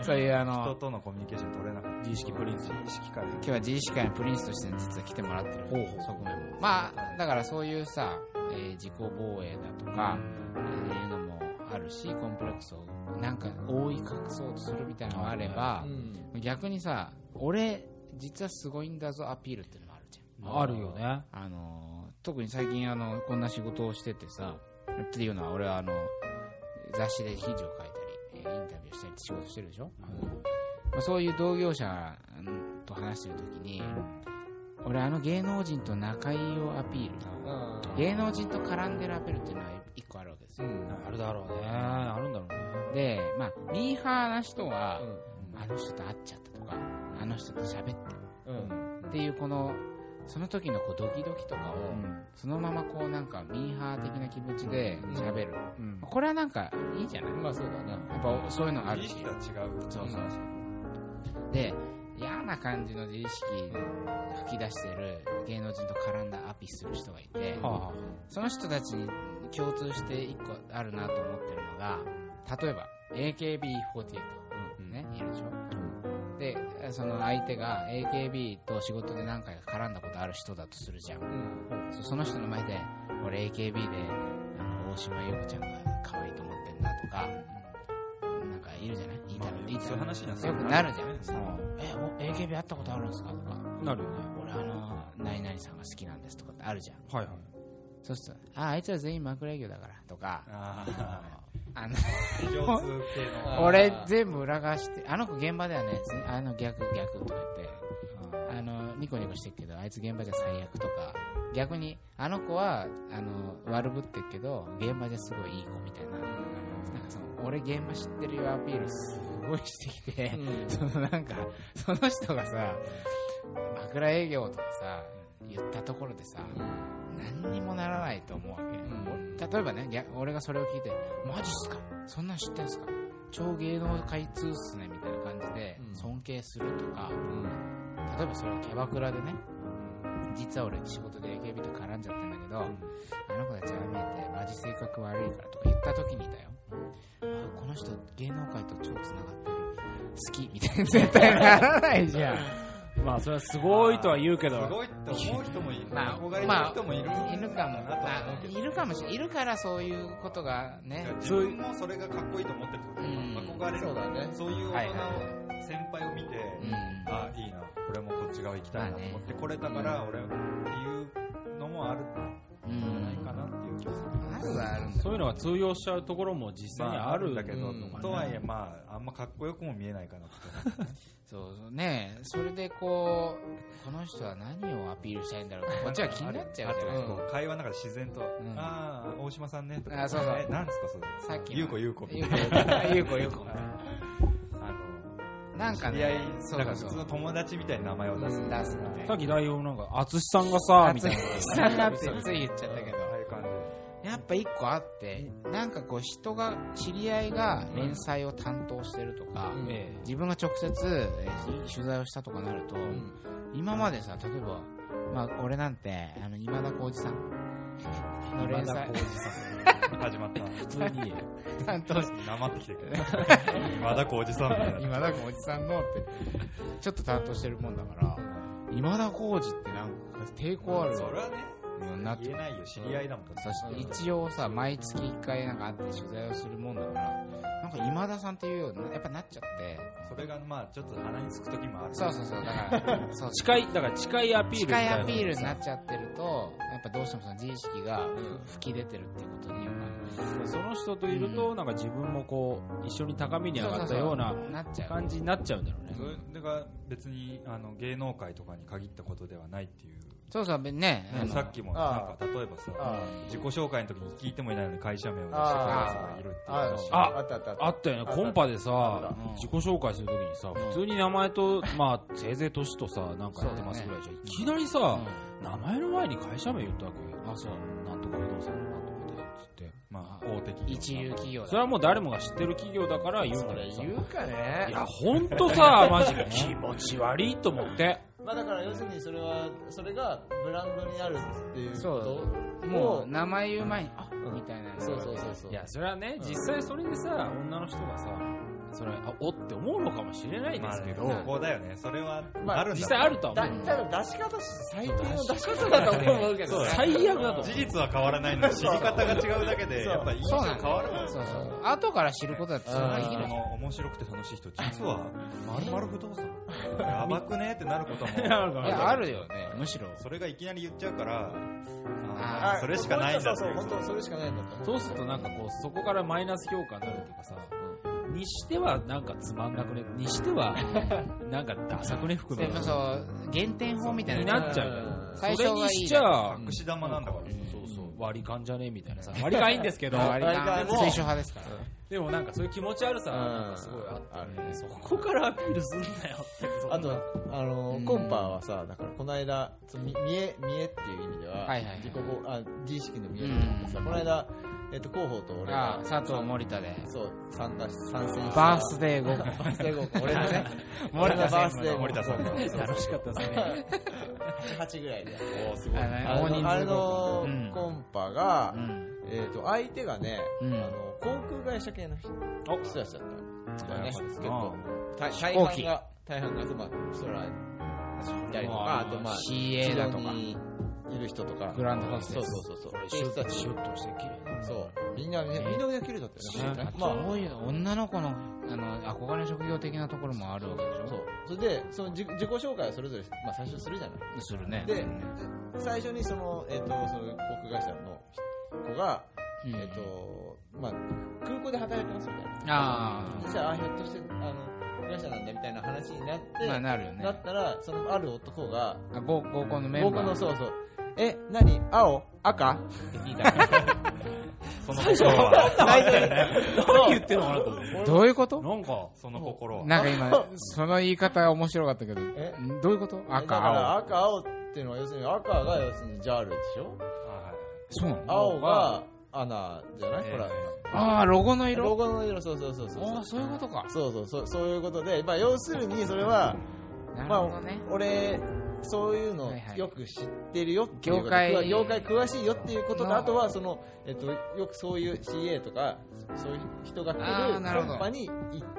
Speaker 3: そういうあ
Speaker 5: 人
Speaker 3: の、
Speaker 5: とのコミュニケーション取れなかった。
Speaker 2: 自意識プリンス
Speaker 5: 自意識過剰。
Speaker 3: 今日は自意識界のプリンスとして実は来てもらってる
Speaker 2: ほう
Speaker 3: 側面も。まあ、だからそういうさ、えー自己防衛だとか、えーいうのもあるし、コンプレックスをなんか覆い隠そうとするみたいなのがあれば
Speaker 4: う、ん。
Speaker 3: 逆にさ、俺、実はすごいんだぞアピールっていうのもあるじゃん。
Speaker 2: あるよね
Speaker 3: あのー特に最近あのこんな仕事をしててさっていうのは俺はあの雑誌で記事を書いたり、えーインタビューしたりって仕事してるでしょ、まあ、そういう同業者うんと話してる時に、俺あの芸能人と仲いいをアピール
Speaker 4: うん
Speaker 3: 芸能人と絡んでるアピールっていうのは一個あるわけですよ、
Speaker 2: あるだろうね。あるんだろうね。
Speaker 3: でまあミーハーな人は、
Speaker 2: うん
Speaker 3: あの人と会っちゃったとかあの人と喋った
Speaker 4: うん
Speaker 3: っていうこのその時のこうドキドキとかを、そのままこうなんかミーハー的な気持ちで喋る、
Speaker 2: うん
Speaker 3: まあこれはなんかいいじゃない
Speaker 4: まあそうだな。
Speaker 3: やっぱそういうのある
Speaker 5: 意
Speaker 3: し
Speaker 5: 識が違う。
Speaker 3: そうそう
Speaker 5: 話
Speaker 3: で嫌な感じの自意識吹き出してる芸能人と絡んだアピする人がいて、
Speaker 2: はあはあ
Speaker 3: その人たちに共通して一個あるなと思ってるのが例えば AKB48、ねいるでしょ、でその相手が AKB と仕事で何回か絡んだことある人だとするじゃん、そその人の前で俺 AKB であの大島優子ちゃんが可愛いと思ってんだとか、なんかいるじゃないインタビュー、インタ
Speaker 5: そ
Speaker 3: ビ
Speaker 5: ういう
Speaker 3: ュ
Speaker 5: 話には
Speaker 3: ーよくなるじゃん、
Speaker 2: う
Speaker 3: えお AKB 会ったことあるんですかとか
Speaker 2: んなるよね。
Speaker 3: 俺あの何々さんが好きなんですとかってあるじゃん
Speaker 2: はいはい。
Speaker 3: そうするとああいつら全員枕営業だからとか
Speaker 5: あ
Speaker 3: あの
Speaker 5: あ、上通系
Speaker 4: あ
Speaker 5: の。
Speaker 4: ー
Speaker 3: 俺全部裏返してあの子現場ではね全あの逆逆とか言ってあのニコニコしてるけどあいつ現場じゃ最悪とか逆にあの子はあの悪ぶってるけど現場じゃすごいいい子みたいななんかその俺現場知ってるよアピールすごいしてきて、そのなんかその人がさ枕営業とかさ言ったところでさ何にもならないと思うわけ、俺例えばねいや俺がそれを聞いてマジっすかそんなん知ってんすか超芸能界通っすねみたいな感じで
Speaker 4: うん
Speaker 3: 尊敬するとか、例えばそれはキャバクラでね実は俺仕事で AKB と絡んじゃってんだけど、あの子たちは見えてマジ性格悪いからとか言った時にだよあこの人芸能界と超つながってる好きみたいな絶対ならないじゃん
Speaker 2: まあ、それはすごいとは言うけど。
Speaker 5: すごいって思う人もいる。
Speaker 3: まあ
Speaker 5: 憧れる人もいる。
Speaker 3: いるかも
Speaker 5: なとは思うけど
Speaker 3: いるかもしれないいるからそういうことがね
Speaker 5: 自分もそれがかっこいいと思ってるってことでし
Speaker 3: う
Speaker 5: ょ
Speaker 3: ん
Speaker 5: 憧れる
Speaker 4: そうだね
Speaker 5: そういう
Speaker 3: は
Speaker 5: 大
Speaker 3: い
Speaker 5: 人
Speaker 3: は
Speaker 5: を先輩を見て、
Speaker 3: うん
Speaker 5: あいいな俺もこっち側行きたいなと思ってこれたから俺っていうのもあるん
Speaker 3: うん
Speaker 5: じゃないかなっていう気がする
Speaker 3: あるはあるんだ
Speaker 2: そういうのが通用しちゃうところも実際に
Speaker 5: ま
Speaker 2: ある
Speaker 5: んだけど、
Speaker 4: うん
Speaker 5: とはいえまああんまかっこよくも見えないかなと
Speaker 3: そうねそれでこうこの人は何をアピールしたいんだろうってこっちは気になっちゃうじゃ
Speaker 5: あ
Speaker 3: ん
Speaker 5: とこう会話の中で自然と「
Speaker 3: ん
Speaker 5: ああ大島さんね」とか
Speaker 3: あそうそう
Speaker 5: えなんですかそれ
Speaker 3: さっきの
Speaker 5: ゆうこゆうこ」み
Speaker 3: ゆ
Speaker 5: た
Speaker 3: う
Speaker 5: い
Speaker 3: こ
Speaker 5: な
Speaker 3: ゆうこゆうこ
Speaker 5: あ
Speaker 3: なん
Speaker 5: の
Speaker 3: か
Speaker 5: 知り合い
Speaker 3: ねそう
Speaker 5: なん
Speaker 3: そうそ
Speaker 5: か普
Speaker 3: う
Speaker 5: 通の友達みたいな名前を出す
Speaker 3: 出すみた い
Speaker 2: さ
Speaker 3: な
Speaker 2: っきライオンなんか、淳さんがさ、みたいな。
Speaker 3: さんがってつい言っちゃったけど
Speaker 5: ああいう感じ
Speaker 3: やっぱ一個あってなんかこう人が知り合いが連載を担当してるとか、
Speaker 4: うん
Speaker 2: ええ
Speaker 3: 自分が直接、えー取材をしたとかなると、今までさ例えば、まあ、俺なんてあの今田耕司さんの連載
Speaker 5: 始まった
Speaker 2: 普通に。
Speaker 3: 担当して
Speaker 5: なまって きてるけど今田耕司さんみたいな
Speaker 3: 今田耕司さんのってちょっと担当してるもんだから今田耕司ってなんか抵抗ある
Speaker 5: それはね
Speaker 3: ようになって
Speaker 5: 言えないよ知り合いだもん
Speaker 3: そして一応さ毎月1回なんか会って取材をするもんだからなんか今田さんっていうようにやっぱなっちゃって
Speaker 5: それがまあちょっと鼻につく時もある
Speaker 3: そうそうそうだから そう
Speaker 2: 近い、だから近いアピールみ
Speaker 3: 近
Speaker 2: たい
Speaker 3: い
Speaker 2: な。
Speaker 3: アピールになっちゃってるとやっぱどうしてもその自意識が吹き出てるっていうことにやっ
Speaker 2: その人といると、なんか自分もこう、一緒に高みに上がったような
Speaker 3: ぱなっちゃう
Speaker 2: 感じになっちゃうんだろうね
Speaker 5: そ。れが別にあの芸能界とかに限ったことではないっていう、
Speaker 3: そうそうねあの
Speaker 5: さっきもなんか例えばさ
Speaker 4: あ
Speaker 5: 自己紹介の時に聞いてもいないのに会社名を出してくるやつがいるっていう
Speaker 4: あ
Speaker 5: 話
Speaker 2: あ
Speaker 4: あったあったあった
Speaker 2: あったよね、コンパでさ
Speaker 3: うん、
Speaker 2: 自己紹介するときにさ、普通に名前と、まあ、せいぜい年とさ、なんかやってますぐらいじゃん。いきなりさ、名前の前に会社名言ったわけよ。
Speaker 3: あそう
Speaker 2: なんとか不動産のなんとかですっつって。
Speaker 5: まあ大手企業
Speaker 3: 一流企業
Speaker 2: それ
Speaker 3: だ
Speaker 2: はもう誰もが知ってる企業だから言うんだけどさ。
Speaker 4: 言うかね
Speaker 2: いや、ほんと さ、マジ気持ち悪いと思って。
Speaker 4: まあだから要するにそれはそれがブランドになるっていう
Speaker 3: そ
Speaker 4: こ
Speaker 3: う
Speaker 4: と
Speaker 3: も
Speaker 4: を
Speaker 3: う名前言う前にあ
Speaker 4: うん
Speaker 3: みたいな
Speaker 4: そうそうそうそう
Speaker 2: いや、それはね、実際それでさ、女の人がさ、それ、あ、おって思うのかもしれないで
Speaker 5: ますあ
Speaker 2: け
Speaker 5: ね
Speaker 2: ど、
Speaker 5: 高校だよねそれは
Speaker 4: まあ
Speaker 5: あるんだ
Speaker 2: 実際あるとは
Speaker 4: だ
Speaker 2: 思う。
Speaker 4: ただ出し方し最低の出し方だと思うけどね
Speaker 2: 最悪だと思
Speaker 5: 事実は変わらないのに知り方が違うだけでやっぱり印象
Speaker 3: そうなん
Speaker 5: 変わるもん
Speaker 3: だよそうそう後から知ることだってそんなにでき
Speaker 5: そ
Speaker 3: ない
Speaker 5: の面白くて楽しい人実はまるまる不動産やばくねってなることも
Speaker 3: いやあるよねむしろ
Speaker 5: それがいきなり言っちゃうから
Speaker 3: あ
Speaker 5: あーそれしかないんだって
Speaker 4: そう
Speaker 5: い
Speaker 4: そう
Speaker 5: う
Speaker 4: 本当それしかないんだと思
Speaker 2: そうするとなんかこう、そこからマイナス評価になるっていうかさ、にしてはなんかつまんなくねにしてはなんかダサくね含め
Speaker 3: そうそう、減点法みたい
Speaker 2: に
Speaker 3: な。
Speaker 2: なっちゃうじゃん
Speaker 3: 最初
Speaker 2: それ
Speaker 3: は
Speaker 2: に
Speaker 3: いい
Speaker 2: し
Speaker 3: な
Speaker 2: ちゃ
Speaker 5: 隠し玉なんだから。
Speaker 2: そうそう割り勘じゃねえみたいなさ割り勘いいんですけど
Speaker 3: 割り勘
Speaker 4: 割り勘
Speaker 3: 推奨派ですから。
Speaker 2: でもなんかそういう気持ち悪さはなんかすごいあってそこからアピールすんなよって
Speaker 4: あと、あの
Speaker 3: うん
Speaker 4: コンパはさ、だからこの間、そのみ見え、見えっていう意味では、
Speaker 3: はいはいはい
Speaker 4: 自己ごあ、自意識の見えっていうかさ、この間、えっと、広報と俺
Speaker 3: あ
Speaker 4: が、
Speaker 3: 佐藤森田で。
Speaker 4: そう、参加し、参戦した。
Speaker 3: バースデー午後。
Speaker 4: バースデー合コン俺のね、
Speaker 3: 森田
Speaker 4: バ
Speaker 3: 専
Speaker 4: ース
Speaker 3: 務
Speaker 4: デ
Speaker 3: の
Speaker 4: ー
Speaker 5: 森田さんの。
Speaker 2: 楽しかったですね
Speaker 4: 88ぐらいで。
Speaker 5: おーすごい。
Speaker 3: あのね
Speaker 4: あ
Speaker 3: 大人数
Speaker 4: のあれ
Speaker 3: 合コ
Speaker 4: の
Speaker 3: ンうん
Speaker 4: コンパが
Speaker 3: う、ん。
Speaker 4: えっ、と、相手がね、
Speaker 3: うん
Speaker 4: あの、航空会社系の人
Speaker 2: お
Speaker 4: 人たちだったの。ね、結構
Speaker 2: あ、
Speaker 4: 大大
Speaker 3: 飛行
Speaker 4: 半
Speaker 3: 機
Speaker 4: が、大半が、まあ、空行ったりとか、あとまあ、
Speaker 3: CA だと
Speaker 4: シド
Speaker 3: か。
Speaker 4: ニーにいる人とか、
Speaker 3: グランドホス
Speaker 4: そ
Speaker 3: テス
Speaker 4: うそうそうそう。人たち
Speaker 2: シュッとして綺麗な
Speaker 4: そう。みんな、みんな、みんなみんな綺麗だったよね。
Speaker 3: ま
Speaker 4: ま
Speaker 3: あ、
Speaker 4: あ、
Speaker 3: そういう女の子の、あの、憧れの職業的なところもあるわけでしょ
Speaker 4: そう。それで、その自自己紹介をそれぞれ、まあ最初するじゃない。
Speaker 3: するね。
Speaker 4: で、最初にその、えっと、その航空会社の子が、
Speaker 3: うん
Speaker 4: えっ、と、まあ、空港で働いてますみたいな。
Speaker 3: あ
Speaker 4: 実際、あ、ひょっとして、あの、航空会社なんだみたいな話になっ
Speaker 3: あ、
Speaker 4: て、
Speaker 3: まあなるよね
Speaker 4: な。ったら、そのある男が、
Speaker 3: あ合合コンのメン
Speaker 4: 僕
Speaker 3: バ
Speaker 4: の
Speaker 3: ー。
Speaker 4: そうそう、え、何青赤って聞いたの。
Speaker 5: その心は、
Speaker 4: 大丈
Speaker 2: 何言ってんのかなと思っ
Speaker 3: どういうこと
Speaker 2: てなんか
Speaker 5: その心は。
Speaker 3: なんか今、その言い方面白かったけど、ん
Speaker 4: え
Speaker 3: どういうこと
Speaker 4: だか
Speaker 3: 赤、
Speaker 4: ら
Speaker 3: 青。
Speaker 4: 赤、青っていうのは、要するに赤が要するにジャールでしょ
Speaker 3: そうなの
Speaker 4: 青がアナじゃない
Speaker 5: ええ
Speaker 4: ほら。
Speaker 3: ああ、ロゴの
Speaker 4: ロ
Speaker 3: 色。
Speaker 4: ゴの色、そうそうそうそう
Speaker 3: ああ、。そういうことか。
Speaker 4: そうそうそう、そういうことで、まあ要するにそれは、
Speaker 3: なる
Speaker 4: ま
Speaker 3: ほど
Speaker 4: あ
Speaker 3: ね。
Speaker 4: 俺、そういうの
Speaker 3: はいはい
Speaker 4: よく知ってるよっていうこと
Speaker 3: 業界
Speaker 4: 業界詳しいよっていうことと、
Speaker 3: な
Speaker 4: あとはその、えっと、よくそういう CA とか、そういう人が来
Speaker 3: あーなる
Speaker 4: る
Speaker 3: ほど
Speaker 4: コンパに行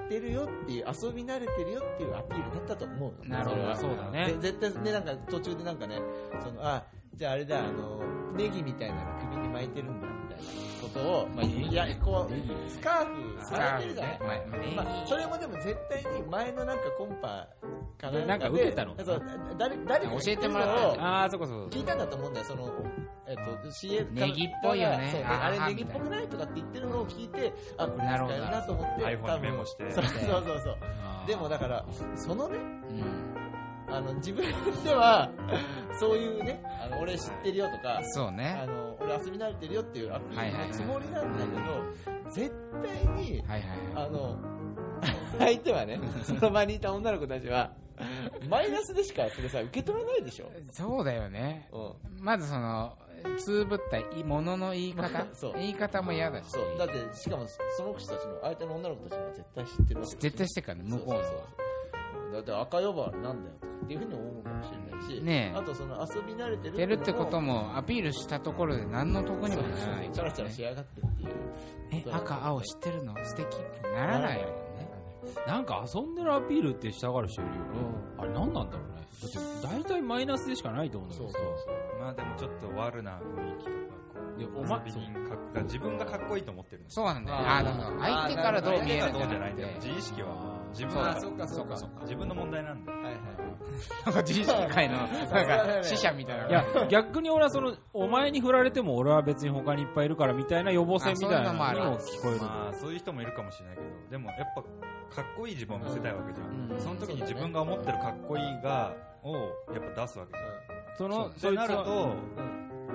Speaker 4: ってるよっていう、遊び慣れてるよっていうアピールだったと思うよ
Speaker 3: なるほ
Speaker 4: それ
Speaker 3: ど、
Speaker 4: は
Speaker 3: そうだね。
Speaker 4: で絶対ねなんか途中でなんかねそのあじゃああれだあのネギみたいなの首に巻いてるんだみたいなことを、まあ、いやこうスカーフされてるじゃない、
Speaker 3: まあまあね
Speaker 4: まあ、それもでも絶対に前のなんかコンパかなんかで
Speaker 2: なんか受けたの
Speaker 4: そう誰誰か
Speaker 3: 教えてもらったんだ
Speaker 4: を
Speaker 2: ああそこそこ
Speaker 4: 聞いたんだと思うんだよそのえっと CA から
Speaker 3: ネギっぽいよね
Speaker 4: そうで
Speaker 3: あー
Speaker 4: あれネギっぽくないとかって言ってるのを聞いてあこれ
Speaker 3: なるほ
Speaker 4: 使
Speaker 3: ど
Speaker 4: えるなと思って
Speaker 5: iPhone にメモして
Speaker 4: 多分そうそうそうそう
Speaker 3: あー
Speaker 4: でもだからそのね
Speaker 3: うん
Speaker 4: あの、自分としては、 そういうね、あの、俺知ってるよとか、
Speaker 3: そう
Speaker 4: あ
Speaker 3: ね。
Speaker 4: の、俺遊び慣れてるよっていうアピ
Speaker 3: はいはい
Speaker 4: ー
Speaker 3: はい
Speaker 4: ルのつもりなんだけど、絶対に、
Speaker 3: はいはいはい。
Speaker 4: あの、 相手はね、その場にいた女の子たちは、マイナスでしかそれさ、受け止めないでしょ。
Speaker 3: そうだよね。
Speaker 4: う
Speaker 3: まずその、つぶったいものの言い方
Speaker 4: そう。
Speaker 3: 言い方も嫌だ
Speaker 4: ん。
Speaker 3: し。
Speaker 4: そう。だって、しかも、その人たちも、相手の女の子たちも絶対知ってるわけ
Speaker 3: 絶対してからね、向こ
Speaker 4: そ
Speaker 3: うの
Speaker 4: うそうそうだって赤呼ばわりなんだよとかっていうふうに思うかもしれないし、
Speaker 3: ねえ
Speaker 4: あとその遊び慣れてる
Speaker 3: 出るって
Speaker 4: のも
Speaker 3: こともアピールしたところで何の得にもならない
Speaker 4: チャラチャラしやがってっていう。
Speaker 3: え赤青知ってるの素敵ってならないよね
Speaker 2: なんか遊んでるアピールってしたがる人いるよねあれ何なんだろうねだって大体マイナスでしかないと思うんだけどさ
Speaker 5: まあでもちょっと悪な雰囲気とか、こう、
Speaker 2: いやお前
Speaker 5: 遊び人格が自分がかっこいいと思ってるんです
Speaker 3: そうなんだよ
Speaker 4: あー
Speaker 3: あーだから相手からどう見える
Speaker 5: どうじゃないん
Speaker 3: んだ
Speaker 5: だよ
Speaker 3: よ。
Speaker 5: 自意識は自分
Speaker 3: そう
Speaker 5: だ
Speaker 3: だ
Speaker 5: か
Speaker 4: そっかそっか。
Speaker 5: ら。自分の問題なんだよ。
Speaker 4: はいはい。
Speaker 3: なんか自意識界のなんか死者みたいない
Speaker 2: や、逆に俺はその、お前に振られても俺は別に他にいっぱいいるからみたいな予防線みたいなの
Speaker 3: あそういうのもあ
Speaker 2: も
Speaker 3: る
Speaker 2: 聞こえる。
Speaker 5: まあそういう人もいるかもしれないけど、でもやっぱかっこいい自分を見せたいわけじゃん。
Speaker 3: うん
Speaker 5: その時に自分が思ってるかっこいいが、をやっぱ出すわけじゃん。
Speaker 2: その、
Speaker 5: そう
Speaker 2: いつ
Speaker 5: なる
Speaker 2: は、
Speaker 5: と、
Speaker 4: うん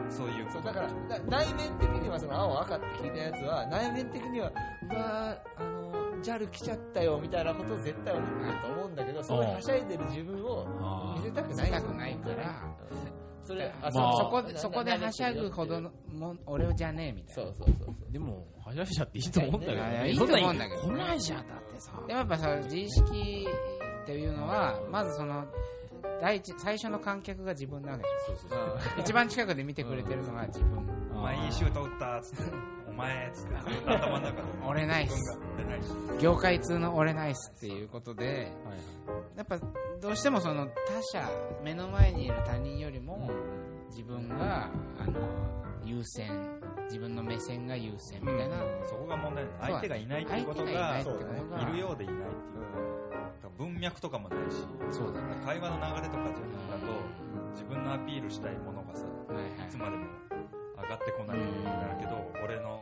Speaker 5: そういう
Speaker 4: そうだから、な内面的にはその青赤って聞いたやつは、内面的には、うわー、あの、ジャル来ちゃったよみたいなことを絶対思ってると思うんだけど、そのはしゃいでる自分を
Speaker 2: あ
Speaker 4: 見せ
Speaker 2: ー
Speaker 4: たくない。
Speaker 3: 見せたくないから
Speaker 4: うん。それ、
Speaker 3: あ
Speaker 4: あ
Speaker 3: そ
Speaker 2: まあ
Speaker 3: そこでそこではしゃぐほど。のもん俺じゃねえみたい
Speaker 4: そ
Speaker 3: な
Speaker 4: うそうそうそう。
Speaker 2: でも、はしゃいじゃっていいと思うんだけど
Speaker 3: いやいや
Speaker 2: ね。
Speaker 3: いいと思うんだけど
Speaker 2: そなに来ないじゃん、だってさ。
Speaker 3: でもやっぱさ自意識っていうのはまずその第一最初の観客が自分なわけでし
Speaker 4: う
Speaker 3: ょ一番近くで見てくれてるのが自分
Speaker 5: お前いいシュート打ったっつって、お前っつって、頭の中で。
Speaker 3: 俺ないっす。
Speaker 5: 俺ないっす。
Speaker 3: 業界通の俺ナイスっていうことで
Speaker 2: はいはい
Speaker 3: やっぱどうしてもその他者目の前にいる他人よりも自分があの優先自分の目線が優先みたいな、
Speaker 5: そこが問題なんだ相手がいないっていうこと
Speaker 3: 相
Speaker 5: が、
Speaker 3: 手がいないってことが
Speaker 5: いるようでいないっていう。だから文脈とかもないし、
Speaker 3: そうだね
Speaker 5: 会話の流れとかじゃだと、自分のアピールしたいものがさ、
Speaker 3: はいはい
Speaker 5: いつまでも上がってこないようになるけど、俺の、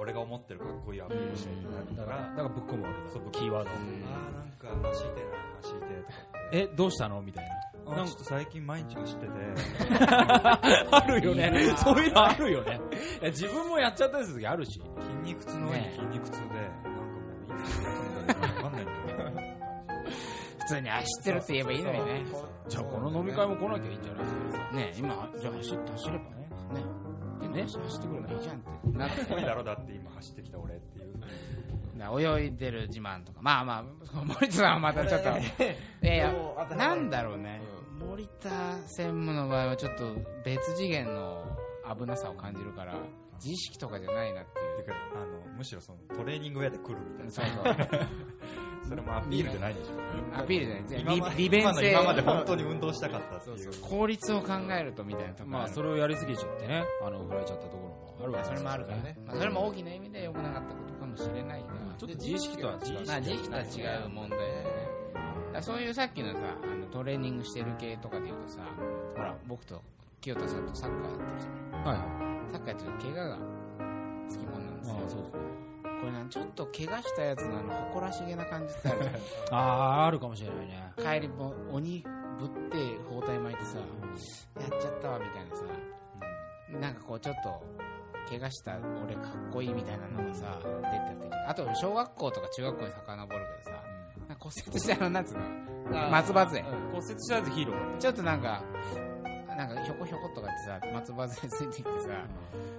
Speaker 5: 俺が思っってるかっこいいアピールしたいってな
Speaker 2: だ
Speaker 5: った
Speaker 2: から、
Speaker 5: ら、
Speaker 2: だからぶっ込むわけだ。そのキーワードを
Speaker 5: あーなんか走ってな走ってとかって
Speaker 2: え、どうしたのみたい
Speaker 5: あーちょっと最近毎日 走ってて
Speaker 2: な。 あるよね。そういうの あるよね。いや自分もやっちゃったりする時あるし。
Speaker 5: 筋肉痛の上に筋肉痛でなんかもういつ休んだ らいいか分かんないんだよね
Speaker 3: 普通に走ってるって言えばいいのにね。
Speaker 2: じゃあこの飲み会も来なきゃいいんじゃないです
Speaker 3: ね今、じゃあ走って走ればね。ね。でね、走ってくればいいじゃんって。なって
Speaker 5: すごいだろだって今走ってきた俺っていう
Speaker 3: だから泳いでる自慢とか。まあまあ、森田さんはまたち ょっと。いやいや、なんだろうね。森田専務の場合はちょっと別次元の危なさを感じるから、自意識とかじゃないなって
Speaker 5: て
Speaker 3: い。
Speaker 5: かあのむしろそのトレーニングウェアで来るみたいうな
Speaker 3: そう そう。
Speaker 5: それもアピールじゃないでしょ
Speaker 3: アピールじゃない全
Speaker 5: 今ま
Speaker 3: 然。
Speaker 5: で
Speaker 3: 利利便性。
Speaker 5: 今まで本当に運動したかったって
Speaker 3: そう
Speaker 5: い
Speaker 3: そうう効率を考えるとみたいなと
Speaker 2: か。
Speaker 3: こ
Speaker 2: まあ、それをやりすぎちゃってね、あの、振られちゃったところもあるわけ
Speaker 3: そ
Speaker 2: で
Speaker 3: れ
Speaker 2: す
Speaker 3: もある
Speaker 2: か
Speaker 3: かららね。。まあ、それも大きな意味で良くなかったことかもしれないが、
Speaker 2: ちょっと自意識とは違う。
Speaker 3: まあ、自意識とは違う問題だよね。だからそういうさっきのさ、あのトレーニングしてる系とかで言うとさ、ほら、僕と清田さんとサッカーやってるじゃない。
Speaker 2: はいはい。
Speaker 3: サッカーやってると怪我がつきものなんですよ
Speaker 2: あ。あ、そうですね。
Speaker 3: これなんちょっと怪我したやつのあの誇らしげな感じ ってあるじゃん
Speaker 2: ああ、あるかもしれないね。
Speaker 3: 帰りも鬼ぶって包帯巻いてさ、やっちゃったわみたいなさ、なんかこうちょっと怪我した俺かっこいいみたいなのがさ出ててあと小学校とか中学校に遡るけどさなんか骨折したあのなんつうの松葉杖
Speaker 2: 骨折したやつヒーロー
Speaker 3: ちょっとなんかなんかひょこひょことかってさ松葉杖ついてきてさ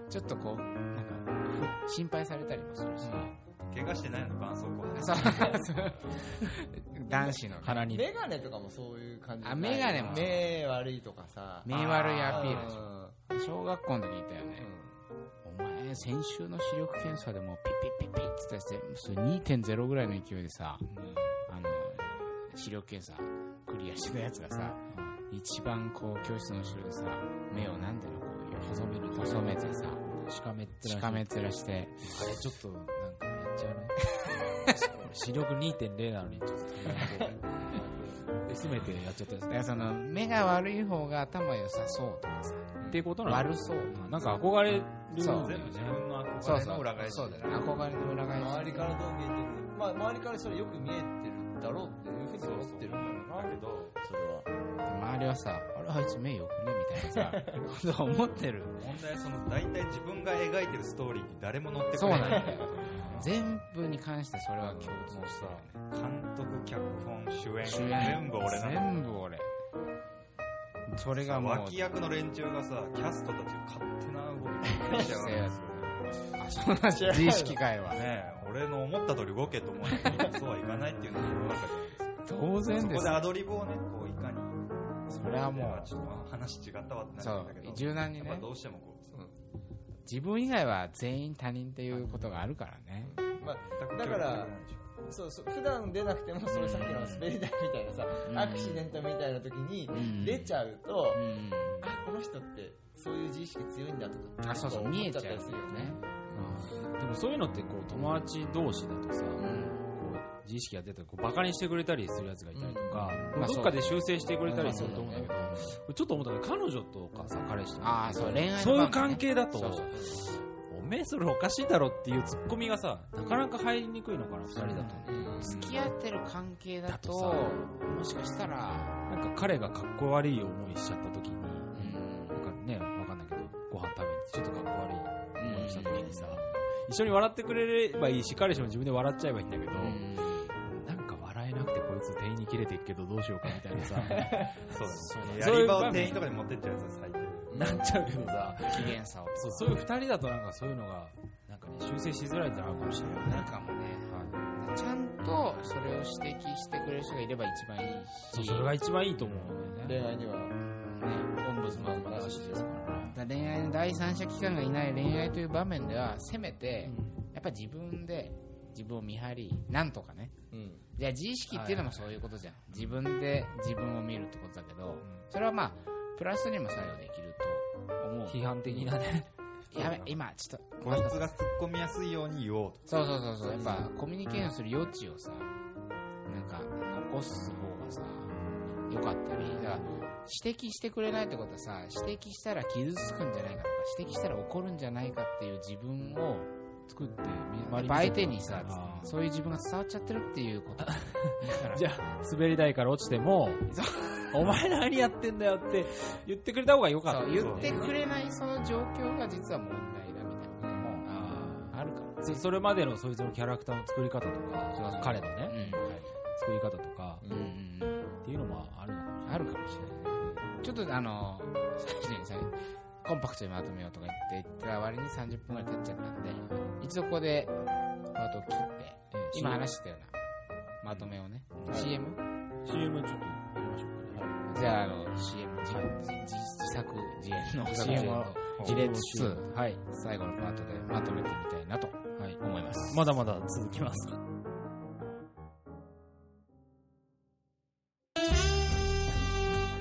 Speaker 3: ちょっとこうなんか心配されたりもするし、
Speaker 5: 怪我してないの絆創膏
Speaker 3: そう 男子のね
Speaker 2: 鼻に。
Speaker 4: メガネとかもそういう感じ
Speaker 3: あメガネも
Speaker 4: 目悪いとかさ
Speaker 3: 目悪いアピールでしょ
Speaker 4: ー
Speaker 3: 小学校の時にいたよね、お前先週の視力検査でもピッピッピッピッって言ってそれ2.0ぐらいの勢いでさ、あの視力検査クリアしてたやつがさ、一番こう教室の後ろでさ目をなんだろうこう細め細めてさ
Speaker 2: しかめっ
Speaker 3: しかめ面して
Speaker 2: あれちょっと、なんかやっちゃうね。俺視力2.0なのに、ちょっとこう。薄めてやっちゃったやつ
Speaker 3: だからその目が悪い方が頭良さそうとかさ
Speaker 2: っていうことなの
Speaker 3: 悪そう
Speaker 2: なんか憧れるんだ
Speaker 3: そ
Speaker 2: よ
Speaker 3: う
Speaker 2: ね
Speaker 5: 全部自分の
Speaker 3: そ
Speaker 5: 憧
Speaker 3: う
Speaker 5: れ
Speaker 3: そ
Speaker 5: の
Speaker 3: う
Speaker 5: 裏返し
Speaker 3: そうだよね憧れの裏返し
Speaker 4: 周りからどう見えてるまあ周りからそれよく見えてるだろうっていうふうに思ってるんだろうな
Speaker 5: だけど
Speaker 4: それは
Speaker 3: 周りはさあれあいつ目良くねみたいなさこと思ってる
Speaker 5: 問題はその大体自分が描いてるストーリーに誰も乗ってく
Speaker 3: そう
Speaker 5: れ
Speaker 3: な
Speaker 5: なんい
Speaker 3: だよ全部に関してそれは共通
Speaker 5: もう
Speaker 3: して
Speaker 5: さ
Speaker 3: るよね
Speaker 5: 監督脚本主演
Speaker 3: 主演
Speaker 5: 全部俺なの
Speaker 3: 全部俺それがもう
Speaker 5: 脇役の連中がさキャストたちが勝手な動きばっかりしちゃうわけです
Speaker 3: あそうなんですよ自意識会は
Speaker 5: よねえ俺の思った通り動けと思うんだけどそうはいかないっていうのが世の中じゃないですか
Speaker 3: 当然
Speaker 5: そ
Speaker 3: で
Speaker 5: こ
Speaker 3: す
Speaker 5: でアドリブをねこういかに
Speaker 3: それはもう
Speaker 5: ちょっと話違ったわって
Speaker 3: そ
Speaker 5: なる
Speaker 3: うん
Speaker 5: だけど
Speaker 3: 柔軟に
Speaker 5: やっぱ
Speaker 3: ね
Speaker 5: どうしてもこう
Speaker 3: 自分以外は全員他人っていうことがあるからね
Speaker 4: まあ
Speaker 5: 全く
Speaker 4: だからそうそう普段出なくてもそれさっきの滑り台みたいなさ
Speaker 3: うん
Speaker 4: アクシデントみたいな時に
Speaker 3: ん
Speaker 4: 出ちゃうと
Speaker 3: うん
Speaker 4: あこの人ってそういう自意識強いんだとか
Speaker 3: あそうそう見えちゃうよ
Speaker 4: 思っったりするよね
Speaker 3: ね
Speaker 2: でもそういうのってこう友達同士だとさ、こう自意識が出たらこうバカにしてくれたりするやつがいたりとか、
Speaker 3: うんまあ
Speaker 2: どっかで修正してくれたりすると思うんだけど、ちょっと思ったのが彼女とかさ彼氏と
Speaker 3: あ
Speaker 2: か
Speaker 3: あそう恋愛の場面ね
Speaker 2: そういう関係だと
Speaker 3: そうそう
Speaker 2: おめえそれおかしいだろっていうツッコミがさなかなか入りにくいのかな二人だと
Speaker 3: 付き合ってる関係だと
Speaker 2: だと
Speaker 3: もしかしたら
Speaker 2: なんか彼がかっこ悪い思いしちゃった時に
Speaker 3: うん
Speaker 2: なんかねわかんないけどご飯食べにちょっとかっこ悪い思いした時にさ
Speaker 3: うん
Speaker 2: 一緒に笑ってくれればいいし彼氏も自分で笑っちゃえばいいんだけど、
Speaker 3: うん
Speaker 2: なんか笑えなくてこいつ店員に切れていくけどどうしようかみたいなさ
Speaker 5: そう
Speaker 3: そう
Speaker 5: だね
Speaker 2: そう
Speaker 5: や
Speaker 2: いう
Speaker 5: り場を店員とかに持ってっちゃうやつは最低
Speaker 2: なっちゃうけどさ
Speaker 3: 機嫌さを
Speaker 2: そうそういう二人だとなんかそういうのがなんかね修正しづらいってのあるかもしれない
Speaker 3: なんかもね、ちゃんとそれを指摘してくれる人がいれば一番いいし、
Speaker 2: そうそれが一番いいと思うんだよ
Speaker 4: 恋
Speaker 2: ね
Speaker 4: 愛には
Speaker 3: ね、オンブズマン
Speaker 4: な
Speaker 3: だ
Speaker 4: し
Speaker 3: し
Speaker 4: で、すから
Speaker 3: だから恋愛の第三者機関がいない恋愛という場面では、せめて、やっぱ自分で自分を見張り、なんとかね、
Speaker 4: うん
Speaker 3: じゃあ自意識っていうのもそういうことじゃん、自分で自分を見るってことだけど、それはまあ、プラスにも作用できると思
Speaker 2: 批判的なね
Speaker 3: う。やべ、今、ちょっと、
Speaker 5: こいつが突っ込みやすいように言おうと
Speaker 3: そうそうそうそうやっぱコミュニケーションする余地をさなんか残す方がさ良かったりだから指摘してくれないってことはさ指摘したら傷つくんじゃないかとか指摘したら怒るんじゃないかっていう自分を
Speaker 2: 作って、み
Speaker 3: や
Speaker 2: 周
Speaker 3: っ
Speaker 2: り
Speaker 3: ぱ
Speaker 2: 見せ
Speaker 3: 相
Speaker 2: て
Speaker 3: 手にさ
Speaker 2: あ、ー
Speaker 3: そういう自分が伝わっちゃってるっていう こと。だから
Speaker 2: じゃあ、滑り台から落ちても、お前何やってんだよって言ってくれた方が良かっ
Speaker 3: そ
Speaker 2: た。
Speaker 3: う言ってくれないその状況が実は問題だみたいなことも
Speaker 2: あ
Speaker 3: あるから。
Speaker 2: ーそそれまでのそいつのキャラクターの作り方とか、
Speaker 3: そうそう
Speaker 2: 彼のね、
Speaker 3: うん
Speaker 2: 作り方とか、
Speaker 3: うんうん
Speaker 2: っていうのもあるのかもしれない。
Speaker 3: あるかもしれない。ちょっとあの、最初にさ、コンパクトにまとめようとか言って、言った割に30分ぐらい経っちゃったんで、一度ここでパートを切って、
Speaker 2: ええ
Speaker 3: 今話したようなまとめをね、CM?
Speaker 2: CM ちょっとやりましょうかね。
Speaker 3: じゃあ、あの、CM、自自自作自演の CM を入れつつ、はい、最後のパートでまとめてみたいなと思います。
Speaker 2: まだまだ続きます。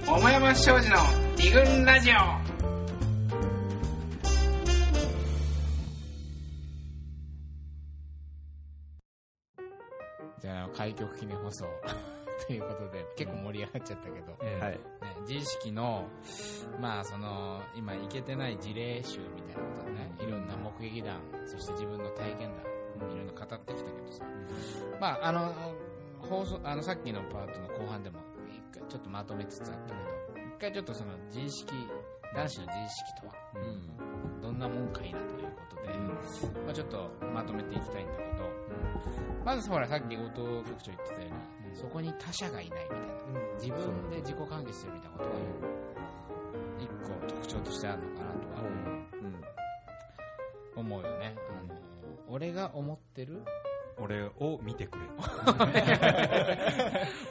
Speaker 3: 桃山庄司の二軍ラジオじゃあ開局記念放送 ということで結構盛り上がっちゃったけど、
Speaker 2: は。
Speaker 5: はいい。
Speaker 3: ね、自意識のまあその今いけてない事例集みたいなことねいろんな目撃談そして自分の体験談いろんな語ってきたけどさまああの放送あのさっきのパートの後半でも一回ちょっとまとめつつあったけど一回ちょっとその自意識男子の自意識とはどんなもんかいなということで、まあ、ちょっとまとめていきたいんだけど、まずほらさっき後藤局長言ってたように、そこに他者がいないみたいな自分で自己完結してるみたいなことが一個特徴としてあるのかなとは
Speaker 5: うん。
Speaker 3: 思うよね、あの俺が思ってる
Speaker 5: 俺を見てくれ。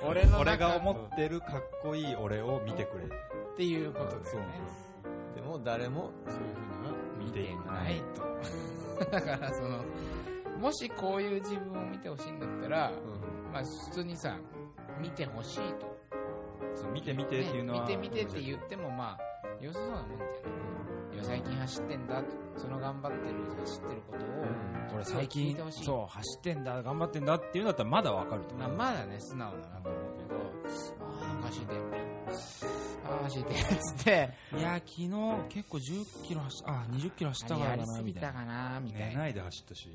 Speaker 3: 俺の
Speaker 5: 俺が
Speaker 3: 中
Speaker 5: 思ってるかっこいい俺を見てくれ。
Speaker 3: っていうことですよね
Speaker 4: でも誰もそういうふうには
Speaker 5: 見てい
Speaker 3: な。いと だからそのもしこういう自分を見てほしいんだったら、まあ普通にさ見てほしいと
Speaker 5: そう見て見てっていうのは。
Speaker 3: ね見て見てって言ってもまあよそそうなもんじゃないいや最近走ってんだとその頑張ってる走ってることを、最
Speaker 2: 俺最
Speaker 3: 近
Speaker 2: 近、そう、走ってんだ、頑張ってんだっていうんだったらまだわかると
Speaker 3: ま
Speaker 2: 思
Speaker 3: あ、
Speaker 2: う。
Speaker 3: まだね、素直だなと思うけど、ああ、なんか走ってんなああ、走ってんな つって、
Speaker 2: いや、昨日結構10キロ走った、あ、20キロ走った
Speaker 3: あ
Speaker 2: か
Speaker 3: れや
Speaker 2: ら
Speaker 3: り
Speaker 2: な、
Speaker 3: すぎ
Speaker 2: みた
Speaker 3: た
Speaker 2: いな。
Speaker 3: かな、みた
Speaker 5: 寝
Speaker 3: いな。っ
Speaker 5: ないで走ったし。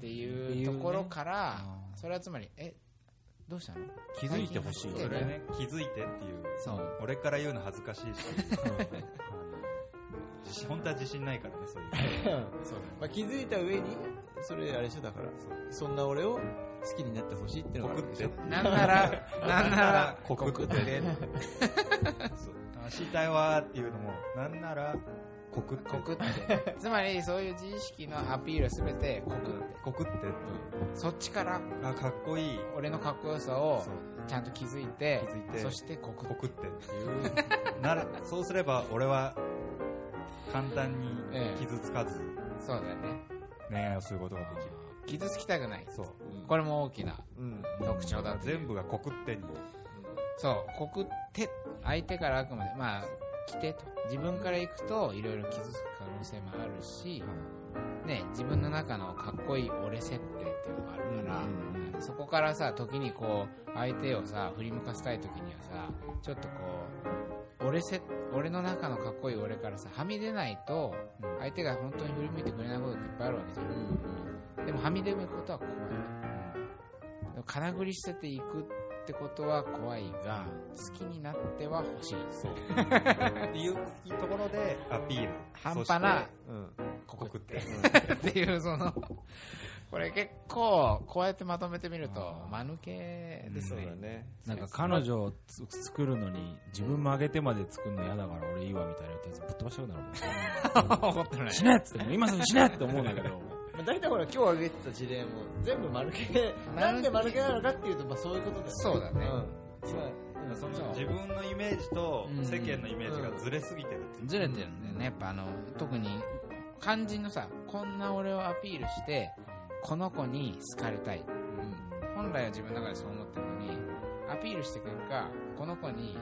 Speaker 3: ていうところから、
Speaker 2: うん
Speaker 3: それはつまり、え、どうしたの
Speaker 2: 気づいてほしいよ
Speaker 3: 最近走っ
Speaker 5: そ
Speaker 3: て
Speaker 5: れ
Speaker 3: る
Speaker 5: ね、気づいてっていう。
Speaker 3: そう。
Speaker 5: 俺から言うの恥ずかしいし。自信本当は自信ないからね、そういう。
Speaker 3: そう
Speaker 4: まあ、気づいた上にそれあれでしょだからそんな俺を好きになってほしいってのがあ
Speaker 5: 告
Speaker 4: る
Speaker 5: っ
Speaker 4: でしてょ。
Speaker 3: なんなら、なんなら、
Speaker 5: 告って
Speaker 3: で、
Speaker 5: そう走りたいわーっていうのも、なんなら、告って。
Speaker 3: 告って。 つまり、そういう自意識のアピールはすべて告って。
Speaker 5: 告ってっていう。
Speaker 3: そっちから、
Speaker 5: あ、かっこいい。
Speaker 3: 俺のかっこよさを
Speaker 5: そう、
Speaker 3: ちゃんと気づいて
Speaker 5: 気づい、て
Speaker 3: そして告って。
Speaker 5: 告ってっていう。なら、そうすれば俺は、簡単に
Speaker 3: ええ
Speaker 5: 傷つかず、
Speaker 3: そうだよね。
Speaker 5: 恋愛をすることができる。
Speaker 3: 傷つきたくない。
Speaker 5: そう。
Speaker 3: これも大きな
Speaker 4: うん
Speaker 3: 特徴だという
Speaker 5: 全部が告ってに。
Speaker 3: そう告って相手からあくまでまあ来てと自分から行くといろいろ傷つく可能性もあるし、ね、自分の中のかっこいい俺設定っていうのがあるから、そこからさ時にこう相手をさ振り向かせたい時にはさちょっとこう俺せ俺の中のかっこいい俺からさはみ出ないと相手が本当に振り向いてくれないことっていっぱいあるわけじゃん、でもはみ出ることは怖い、でも金繰り捨てていくってことは怖いが好きになっては欲しい
Speaker 5: そう。っていうところで、アピール。
Speaker 3: 半端な
Speaker 4: うん
Speaker 3: 告
Speaker 5: 告
Speaker 3: っ
Speaker 5: ってて。
Speaker 3: っていうそのこれ結構こうやってまとめてみると間抜けです
Speaker 4: そう
Speaker 3: ね
Speaker 4: だね
Speaker 2: なんか彼女をつ作るのに、自分曲げてまで作るの嫌だから俺いいわみたいなやつぶっ飛ばしたくなるもん。
Speaker 3: 怒ってない
Speaker 2: 死ねっつって、もう今すぐ死ねって思うんだけど。
Speaker 4: まあ、大体ほら今日挙げてた事例も全部丸系なんで丸系なのかっていうと、まあ、そういうことです
Speaker 3: そうだね
Speaker 4: うん、今うん
Speaker 5: その自分のイメージと世間のイメージがずれすぎてるっていう。
Speaker 3: ずれてるんだよねやっぱあの特に肝心のさこんな俺をアピールしてこの子に好かれたい本来は自分の中でそう思ってるのにアピールしてくるかこの子に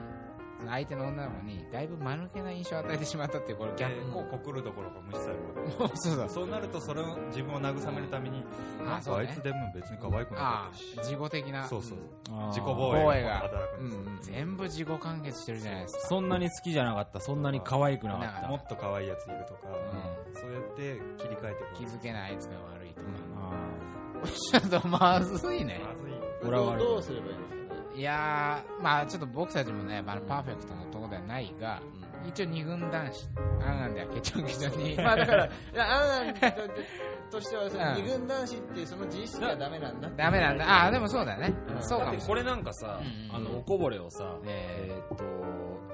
Speaker 3: その相手の女の子にだいぶ間抜けな印象を与えてしまったっていうこれ逆
Speaker 5: 逆
Speaker 3: 効
Speaker 5: 効告るどころか無視されるわけ
Speaker 3: 果そう そう
Speaker 5: そうなるとそれを自分を慰めるためになんかあいつでも別に可愛くなか
Speaker 3: あ
Speaker 5: ったし
Speaker 3: あ事後的な
Speaker 5: そうそうそうん自
Speaker 2: 衛。
Speaker 5: 己防衛が働くん
Speaker 3: うん
Speaker 5: ですよ
Speaker 3: うん、全部自己完結してるじゃないですか
Speaker 2: そんなに好きじゃなかった、そんなに可愛くなか
Speaker 3: なか
Speaker 2: っ
Speaker 3: った
Speaker 2: た。
Speaker 5: もっと可愛いやついるとか
Speaker 3: う
Speaker 5: そうやって切り替えて
Speaker 3: 気
Speaker 5: いく
Speaker 3: づけないあいつが悪いとか、
Speaker 2: あ
Speaker 3: ちょっとまずいね
Speaker 5: まずい
Speaker 2: 俺
Speaker 4: ど
Speaker 2: は
Speaker 4: う
Speaker 2: 悪い
Speaker 4: どうすればいいんですかね
Speaker 3: いやーまあちょっと僕たちもね、まあ、パーフェクトなとこではないが、一応二軍男子あんなんではケチョンケチョン に
Speaker 4: まあだから、アンアン としてはその
Speaker 3: うん
Speaker 4: 二軍男子っていうその自意識がダメなんだって。
Speaker 3: ダメなんだああーでもそうだね、
Speaker 4: うん
Speaker 3: そうか
Speaker 2: だっ
Speaker 3: も
Speaker 2: て
Speaker 3: し
Speaker 2: こ
Speaker 3: れ
Speaker 2: れ
Speaker 3: ない
Speaker 2: なんかさ
Speaker 3: う、ん
Speaker 2: あの、おこぼれをさ、
Speaker 3: え
Speaker 2: えーっと、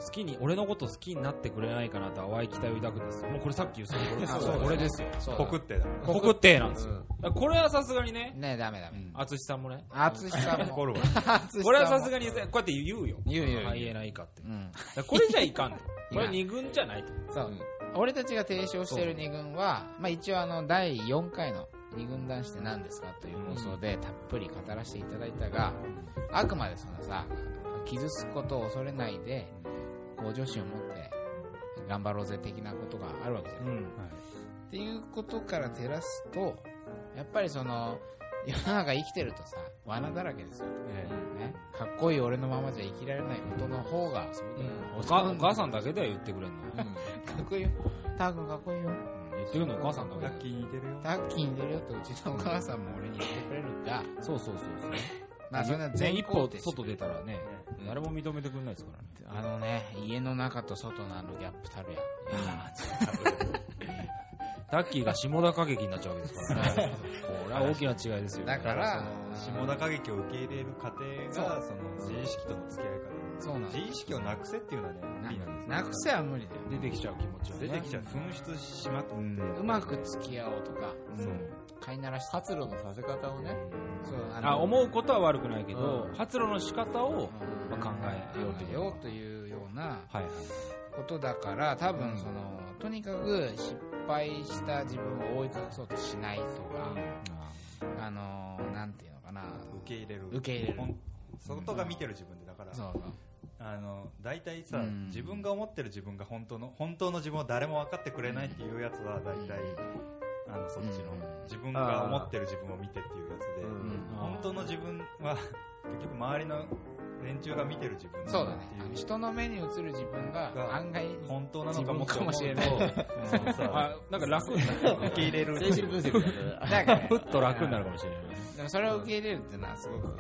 Speaker 2: 好きに、俺のこと好きになってくれないかなと淡い期待を抱くんですよ。もうこれさっき言ったこれです
Speaker 3: あそう
Speaker 2: よ。
Speaker 3: だ
Speaker 2: これですよ。
Speaker 3: そうだ
Speaker 5: 告ってだ
Speaker 2: 告ってなんですよ。だからこれはさすがにね、
Speaker 3: ねダメダメ
Speaker 2: 淳さんもね、
Speaker 3: 淳さんも
Speaker 5: 怒るわ
Speaker 3: 淳
Speaker 2: これは
Speaker 3: さ
Speaker 2: さ
Speaker 3: ん
Speaker 2: す
Speaker 3: も
Speaker 2: がにこうやって言うよ。
Speaker 3: 言う言う
Speaker 2: ハイエナ以下って。
Speaker 3: うん
Speaker 2: だからこれじゃいかんと。
Speaker 3: い
Speaker 2: これは二軍じゃないと。
Speaker 3: そう、俺たちが提唱している二軍は、まあ、一応あの第4回の二軍男子って何ですかという放送でたっぷり語らせていただいたが、あくまでそのさ傷つくことを恐れないでこう女子を持って頑張ろうぜ的なことがあるわけじゃない、
Speaker 2: う
Speaker 3: っ
Speaker 2: ん。
Speaker 3: ていうことから照らすとやっぱりその世の中生きてるとさ罠だらけですよ、
Speaker 5: え
Speaker 3: ね、かっこいい俺のままじゃ生きられないことの方が
Speaker 2: お母お母さんだけでは言ってくれんの。
Speaker 3: うんかっこいいよター君かっこいいよ
Speaker 2: 言ってくれんのお母さんだ
Speaker 5: え
Speaker 2: け
Speaker 5: ラ
Speaker 2: だよ
Speaker 5: ッキーに似てるよ
Speaker 3: タッキーに出るよってうちのお母さんも俺に言ってくれるが、
Speaker 2: そうそうそうそう。
Speaker 3: まあそれは
Speaker 2: ね
Speaker 3: 全
Speaker 2: 一歩
Speaker 3: 肯定して
Speaker 2: 外出たらね、
Speaker 3: うん
Speaker 2: 誰も認めてくれないですからね。
Speaker 3: あのね、家の中と外のあのギャップたるや。
Speaker 2: タッキーが下田歌劇になっちゃうわけで すからね。これは大きな違いですよ。
Speaker 3: だから、
Speaker 5: その下田過激を受け入れる過程がその自意識との付き合いから
Speaker 3: そうなんだ
Speaker 5: 自意識をなくせっていうのはね
Speaker 3: な
Speaker 5: 無理なんですよ
Speaker 3: なくせは無理だよ。
Speaker 2: 出てきちゃう気持ちはね。
Speaker 5: 出てきちゃう紛失しまって
Speaker 3: うまく付き合おうとか、
Speaker 5: そう
Speaker 3: 飼いならして。
Speaker 4: 発露のさせ方をね。
Speaker 3: そう
Speaker 2: あ、思うことは悪くないけど
Speaker 4: う、ん
Speaker 2: 発露の仕方を、
Speaker 3: うん
Speaker 2: まあ考えようと
Speaker 3: 考
Speaker 2: いう
Speaker 3: えようというような
Speaker 2: はいはい。
Speaker 3: ことだから、多分その、とにかく失敗した自分を覆い隠そうとしないとか、あのー、なんていうのかな、
Speaker 5: 受け入れる
Speaker 3: 受け入れる
Speaker 5: ほん外が見てる自分でだから
Speaker 3: そうそう。
Speaker 5: あの大体さ、
Speaker 3: うん
Speaker 5: 自分が思ってる自分が本当の本当の自分を誰も分かってくれないっていうやつは大体、あのそっちの、
Speaker 3: うん
Speaker 5: 自分が思ってる自分を見てっていうやつで、
Speaker 4: うん
Speaker 3: うん
Speaker 5: 本当の自分は結局周りの連中が見てる自分
Speaker 3: そう
Speaker 5: な
Speaker 3: だ
Speaker 5: ん
Speaker 3: ね
Speaker 5: って。
Speaker 3: あの
Speaker 5: いう
Speaker 3: 人の目に映る自分が
Speaker 5: が
Speaker 3: 案外、
Speaker 5: 本当なのかもって思
Speaker 3: 自分か
Speaker 5: うと
Speaker 3: もしれない
Speaker 5: そうさ
Speaker 2: あ、なんか楽にな
Speaker 5: 受
Speaker 2: る。
Speaker 5: け入れる
Speaker 4: 精神分 析だ ね。
Speaker 3: なんかね
Speaker 2: ふっと楽になるかもしれないね。
Speaker 3: でもそれを受け入れるっていうのはすごく、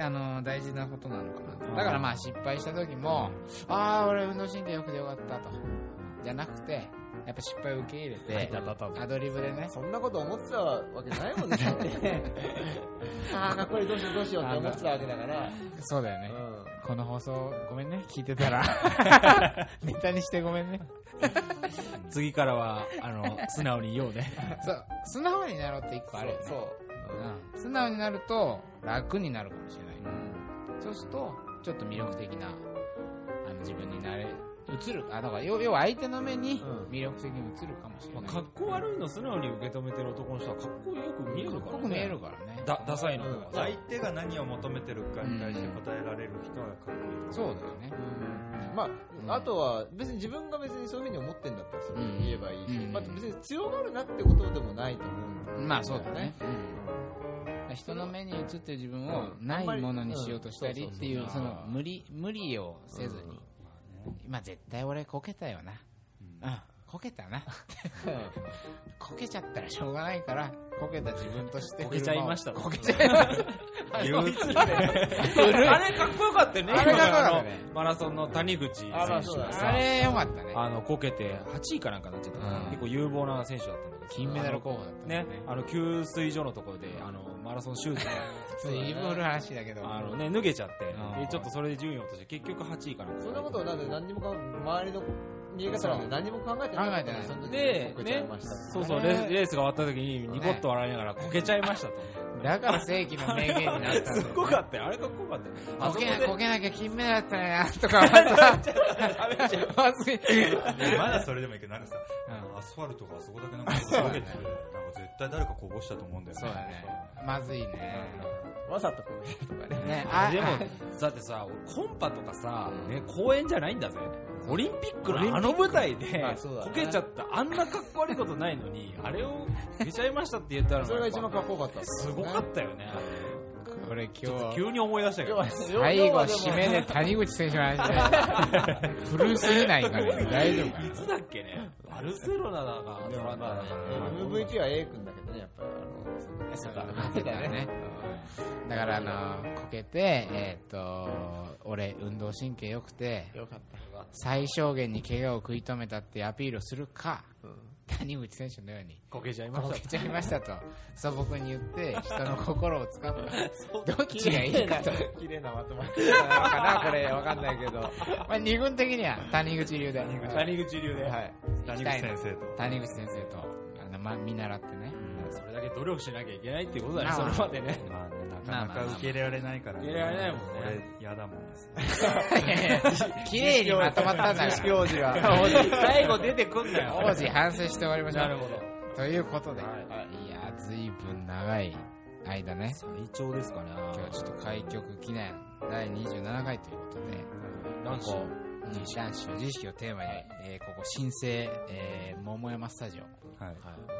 Speaker 3: あの、大事なことなのかなと。だからまあ失敗した時も、ああ、俺運動神経良くてよかったと。じゃなくて、やっぱ失敗を受け入れて、
Speaker 2: たたたた
Speaker 3: アドリブでね、
Speaker 4: そんなこと思ってたわけないもんね。だって ああ、かっこいいどうしようどうしようって思ってたわけだから。
Speaker 3: そうだよ
Speaker 4: う
Speaker 3: ね。
Speaker 4: ん
Speaker 3: この放送、ごめんね、聞いてたら。ネタにしてごめんね。
Speaker 2: 次からは、あ の、素直に言おうね。
Speaker 3: そう、素直になろうって一個あるよね。
Speaker 4: そう。
Speaker 3: うん素直になると楽になるかもしれない、そうするとちょっと魅力的なあの自分になれ映るあだから要要は相手の目に
Speaker 4: うん
Speaker 3: 魅力的に映るかもしれ
Speaker 2: ま
Speaker 3: ない、
Speaker 2: あ、かっこ悪いの素直に受け止めてる男の人は、かっこよく見えるか
Speaker 3: か
Speaker 2: らね。
Speaker 3: っこよく見えるからね
Speaker 2: だ、ダサいのとかさ
Speaker 5: 相手が何を求めてるかに対して答えられる人はかっこいいと思う
Speaker 3: そうだよね
Speaker 4: うんまあ、あとは別に自分が別にそういうふうに思ってんだったらそれを言えばいいし、
Speaker 3: うん
Speaker 4: まあ、別に強がるなってことでもないと思うんだよ
Speaker 3: まあそうだね、うん人の目に映ってる自分をないものにしようとしたりっていう
Speaker 2: うん
Speaker 3: その無理無理をせずに、まあ絶対俺こけたよなうんこけたなこけちゃったらしょうがないから、こけた自分として。
Speaker 2: こけちゃいました
Speaker 3: こけちゃいまし
Speaker 5: 言う
Speaker 2: あれかっこよかったよね。
Speaker 3: あれかっこよかったね
Speaker 2: 今のあのマラソンの谷口選手
Speaker 4: あま
Speaker 2: が
Speaker 4: あそうだね
Speaker 3: た。
Speaker 2: さ
Speaker 3: あ、れよかったね。
Speaker 2: あの、こけて8位かなんかになっちゃったから、
Speaker 3: うん
Speaker 2: 結構有望な選手だったんだけど。
Speaker 3: 金メダル候補だった
Speaker 2: ね、あの、給水所のところで、あの、マラソンシュー ズ
Speaker 3: ついぶる話だけど。
Speaker 2: が、あのね、脱げちゃって、
Speaker 3: ん
Speaker 2: でちょっとそれで順位を落として、結局8位かなんか。
Speaker 4: そんなことをなんで何にもか周りの見え方なんて何も考えてなかったのに
Speaker 3: そう
Speaker 4: その時
Speaker 2: で
Speaker 4: こけちゃい
Speaker 2: ね
Speaker 4: ました、
Speaker 2: そうそう、レーレースが終わった時にニコッと笑いながらこけちゃいましたと。
Speaker 3: だから世紀の名言になったんだよ、
Speaker 2: すっごかったよ。あれかっこよかったよ。あ
Speaker 3: こ
Speaker 2: そこで
Speaker 3: け、こけなきゃ金メダルだったね な、とか思った。まずい。
Speaker 5: でまだそれでもいいけど、なんかさ、アスファルトがあそこだけなんか
Speaker 3: うだ
Speaker 5: 溶
Speaker 3: ね
Speaker 5: けてて、なんか絶対誰かこぼしたと思うんだよ
Speaker 3: そうだね。まずいね。
Speaker 4: わざとこういうとかね
Speaker 3: ね、あ、
Speaker 2: でも、だってさ、俺コンパとかさ、ね、公演じゃないんだぜ。オリンピックのあの舞台で
Speaker 4: まあそうだ
Speaker 2: こ
Speaker 4: ね
Speaker 2: けちゃった、あんなかっこ悪いことないのに、あれを出ちゃいましたって言ったら、
Speaker 4: それが一番かっこよかった
Speaker 2: すごかったよね。
Speaker 3: これ
Speaker 2: ちょっ
Speaker 3: 今
Speaker 2: と
Speaker 3: 日、
Speaker 2: 急に思い出したけど。
Speaker 3: 最後締めで谷口選手の話で。 古すぎないかね。大丈夫か
Speaker 2: いつだっけねバルセロナだか、アトランタだか。
Speaker 4: MVP は A 君だけどねやっぱりあの
Speaker 3: な負けたね。だからあの、こけて、えっと、俺運動神経良くて、
Speaker 4: よかった
Speaker 3: 最小限に怪我を食い止めたってアピールをするか、谷口選手のように、
Speaker 2: こけちゃいま
Speaker 3: こ
Speaker 2: し
Speaker 3: けち
Speaker 2: た。
Speaker 3: ゃいましたと、素朴に言って、人の心を掴む。どっちがいい かと。
Speaker 4: 綺麗なまとまり
Speaker 3: かな、これ、わかんないけど。まあ、二軍的には谷口流で。はい。
Speaker 2: 谷口流で。
Speaker 3: 行
Speaker 5: 谷
Speaker 3: き
Speaker 5: 口
Speaker 3: たい
Speaker 5: 先
Speaker 3: な
Speaker 5: 生と。
Speaker 3: 谷口先生と、あの、ま、見習ってね。
Speaker 2: それだけ努力しなきゃいけないっていうことだね、
Speaker 3: まあ
Speaker 2: それまでね。
Speaker 5: まあね、
Speaker 3: ま
Speaker 5: な
Speaker 3: あ
Speaker 5: か
Speaker 3: ま
Speaker 5: な
Speaker 3: あまあ
Speaker 5: か受け入れられないからね。
Speaker 2: 受け入れられないもんね
Speaker 5: 俺、嫌だもんです。
Speaker 3: 綺麗にまとまったんだから。
Speaker 4: 王子が
Speaker 2: 最後出てくんなよ。
Speaker 3: 王子反省して終わりましょう。
Speaker 2: なるほど。
Speaker 3: ということで、、
Speaker 2: はい
Speaker 3: やー、ずいぶん長い間ね。
Speaker 2: 最長ですかね。
Speaker 3: 今日ちょっと開局記念第27回ということで、
Speaker 2: なんか、
Speaker 3: 西男子の自意識をテーマに、えーここ新生、えー桃山スタジオ、
Speaker 5: はい。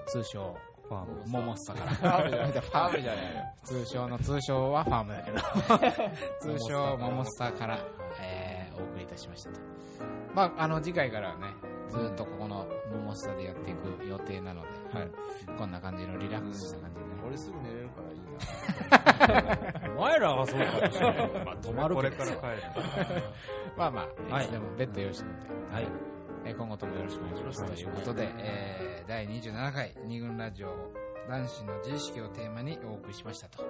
Speaker 3: 通称、
Speaker 5: ファーム。
Speaker 3: 桃スタから。ファームじゃない。 ファームじゃない。通称の通称はファームだけ ど、通称桃スタから、えーお送りいたしましたと。まあ、あの、次回からはね、ずっとここの桃スタでやっていく予定なので、こんな感じのリラックスした感じでね。
Speaker 4: 俺すぐ寝れるからいいな
Speaker 2: お前らはそうかもしれ ない。まあ、止まる
Speaker 5: こ
Speaker 2: け
Speaker 5: れ
Speaker 2: ど
Speaker 5: から帰る。
Speaker 3: まあまあ、
Speaker 2: はいい
Speaker 3: つでもベッド用意してるので、
Speaker 2: はい。
Speaker 3: えー今後ともよろしくお願いします。ということで、えー第27回二軍ラジオ男子の自意識をテーマにお送りしましたと。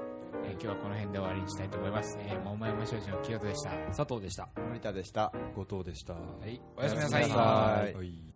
Speaker 3: えー今日はこの辺で終わりにしたいと思います。えー、桃山商事の清人でした。は、
Speaker 2: 佐藤でした。
Speaker 4: 森田でした
Speaker 5: 後藤でした。はい
Speaker 3: おやすみなさ
Speaker 5: おやすみなさ
Speaker 3: い
Speaker 5: い。はい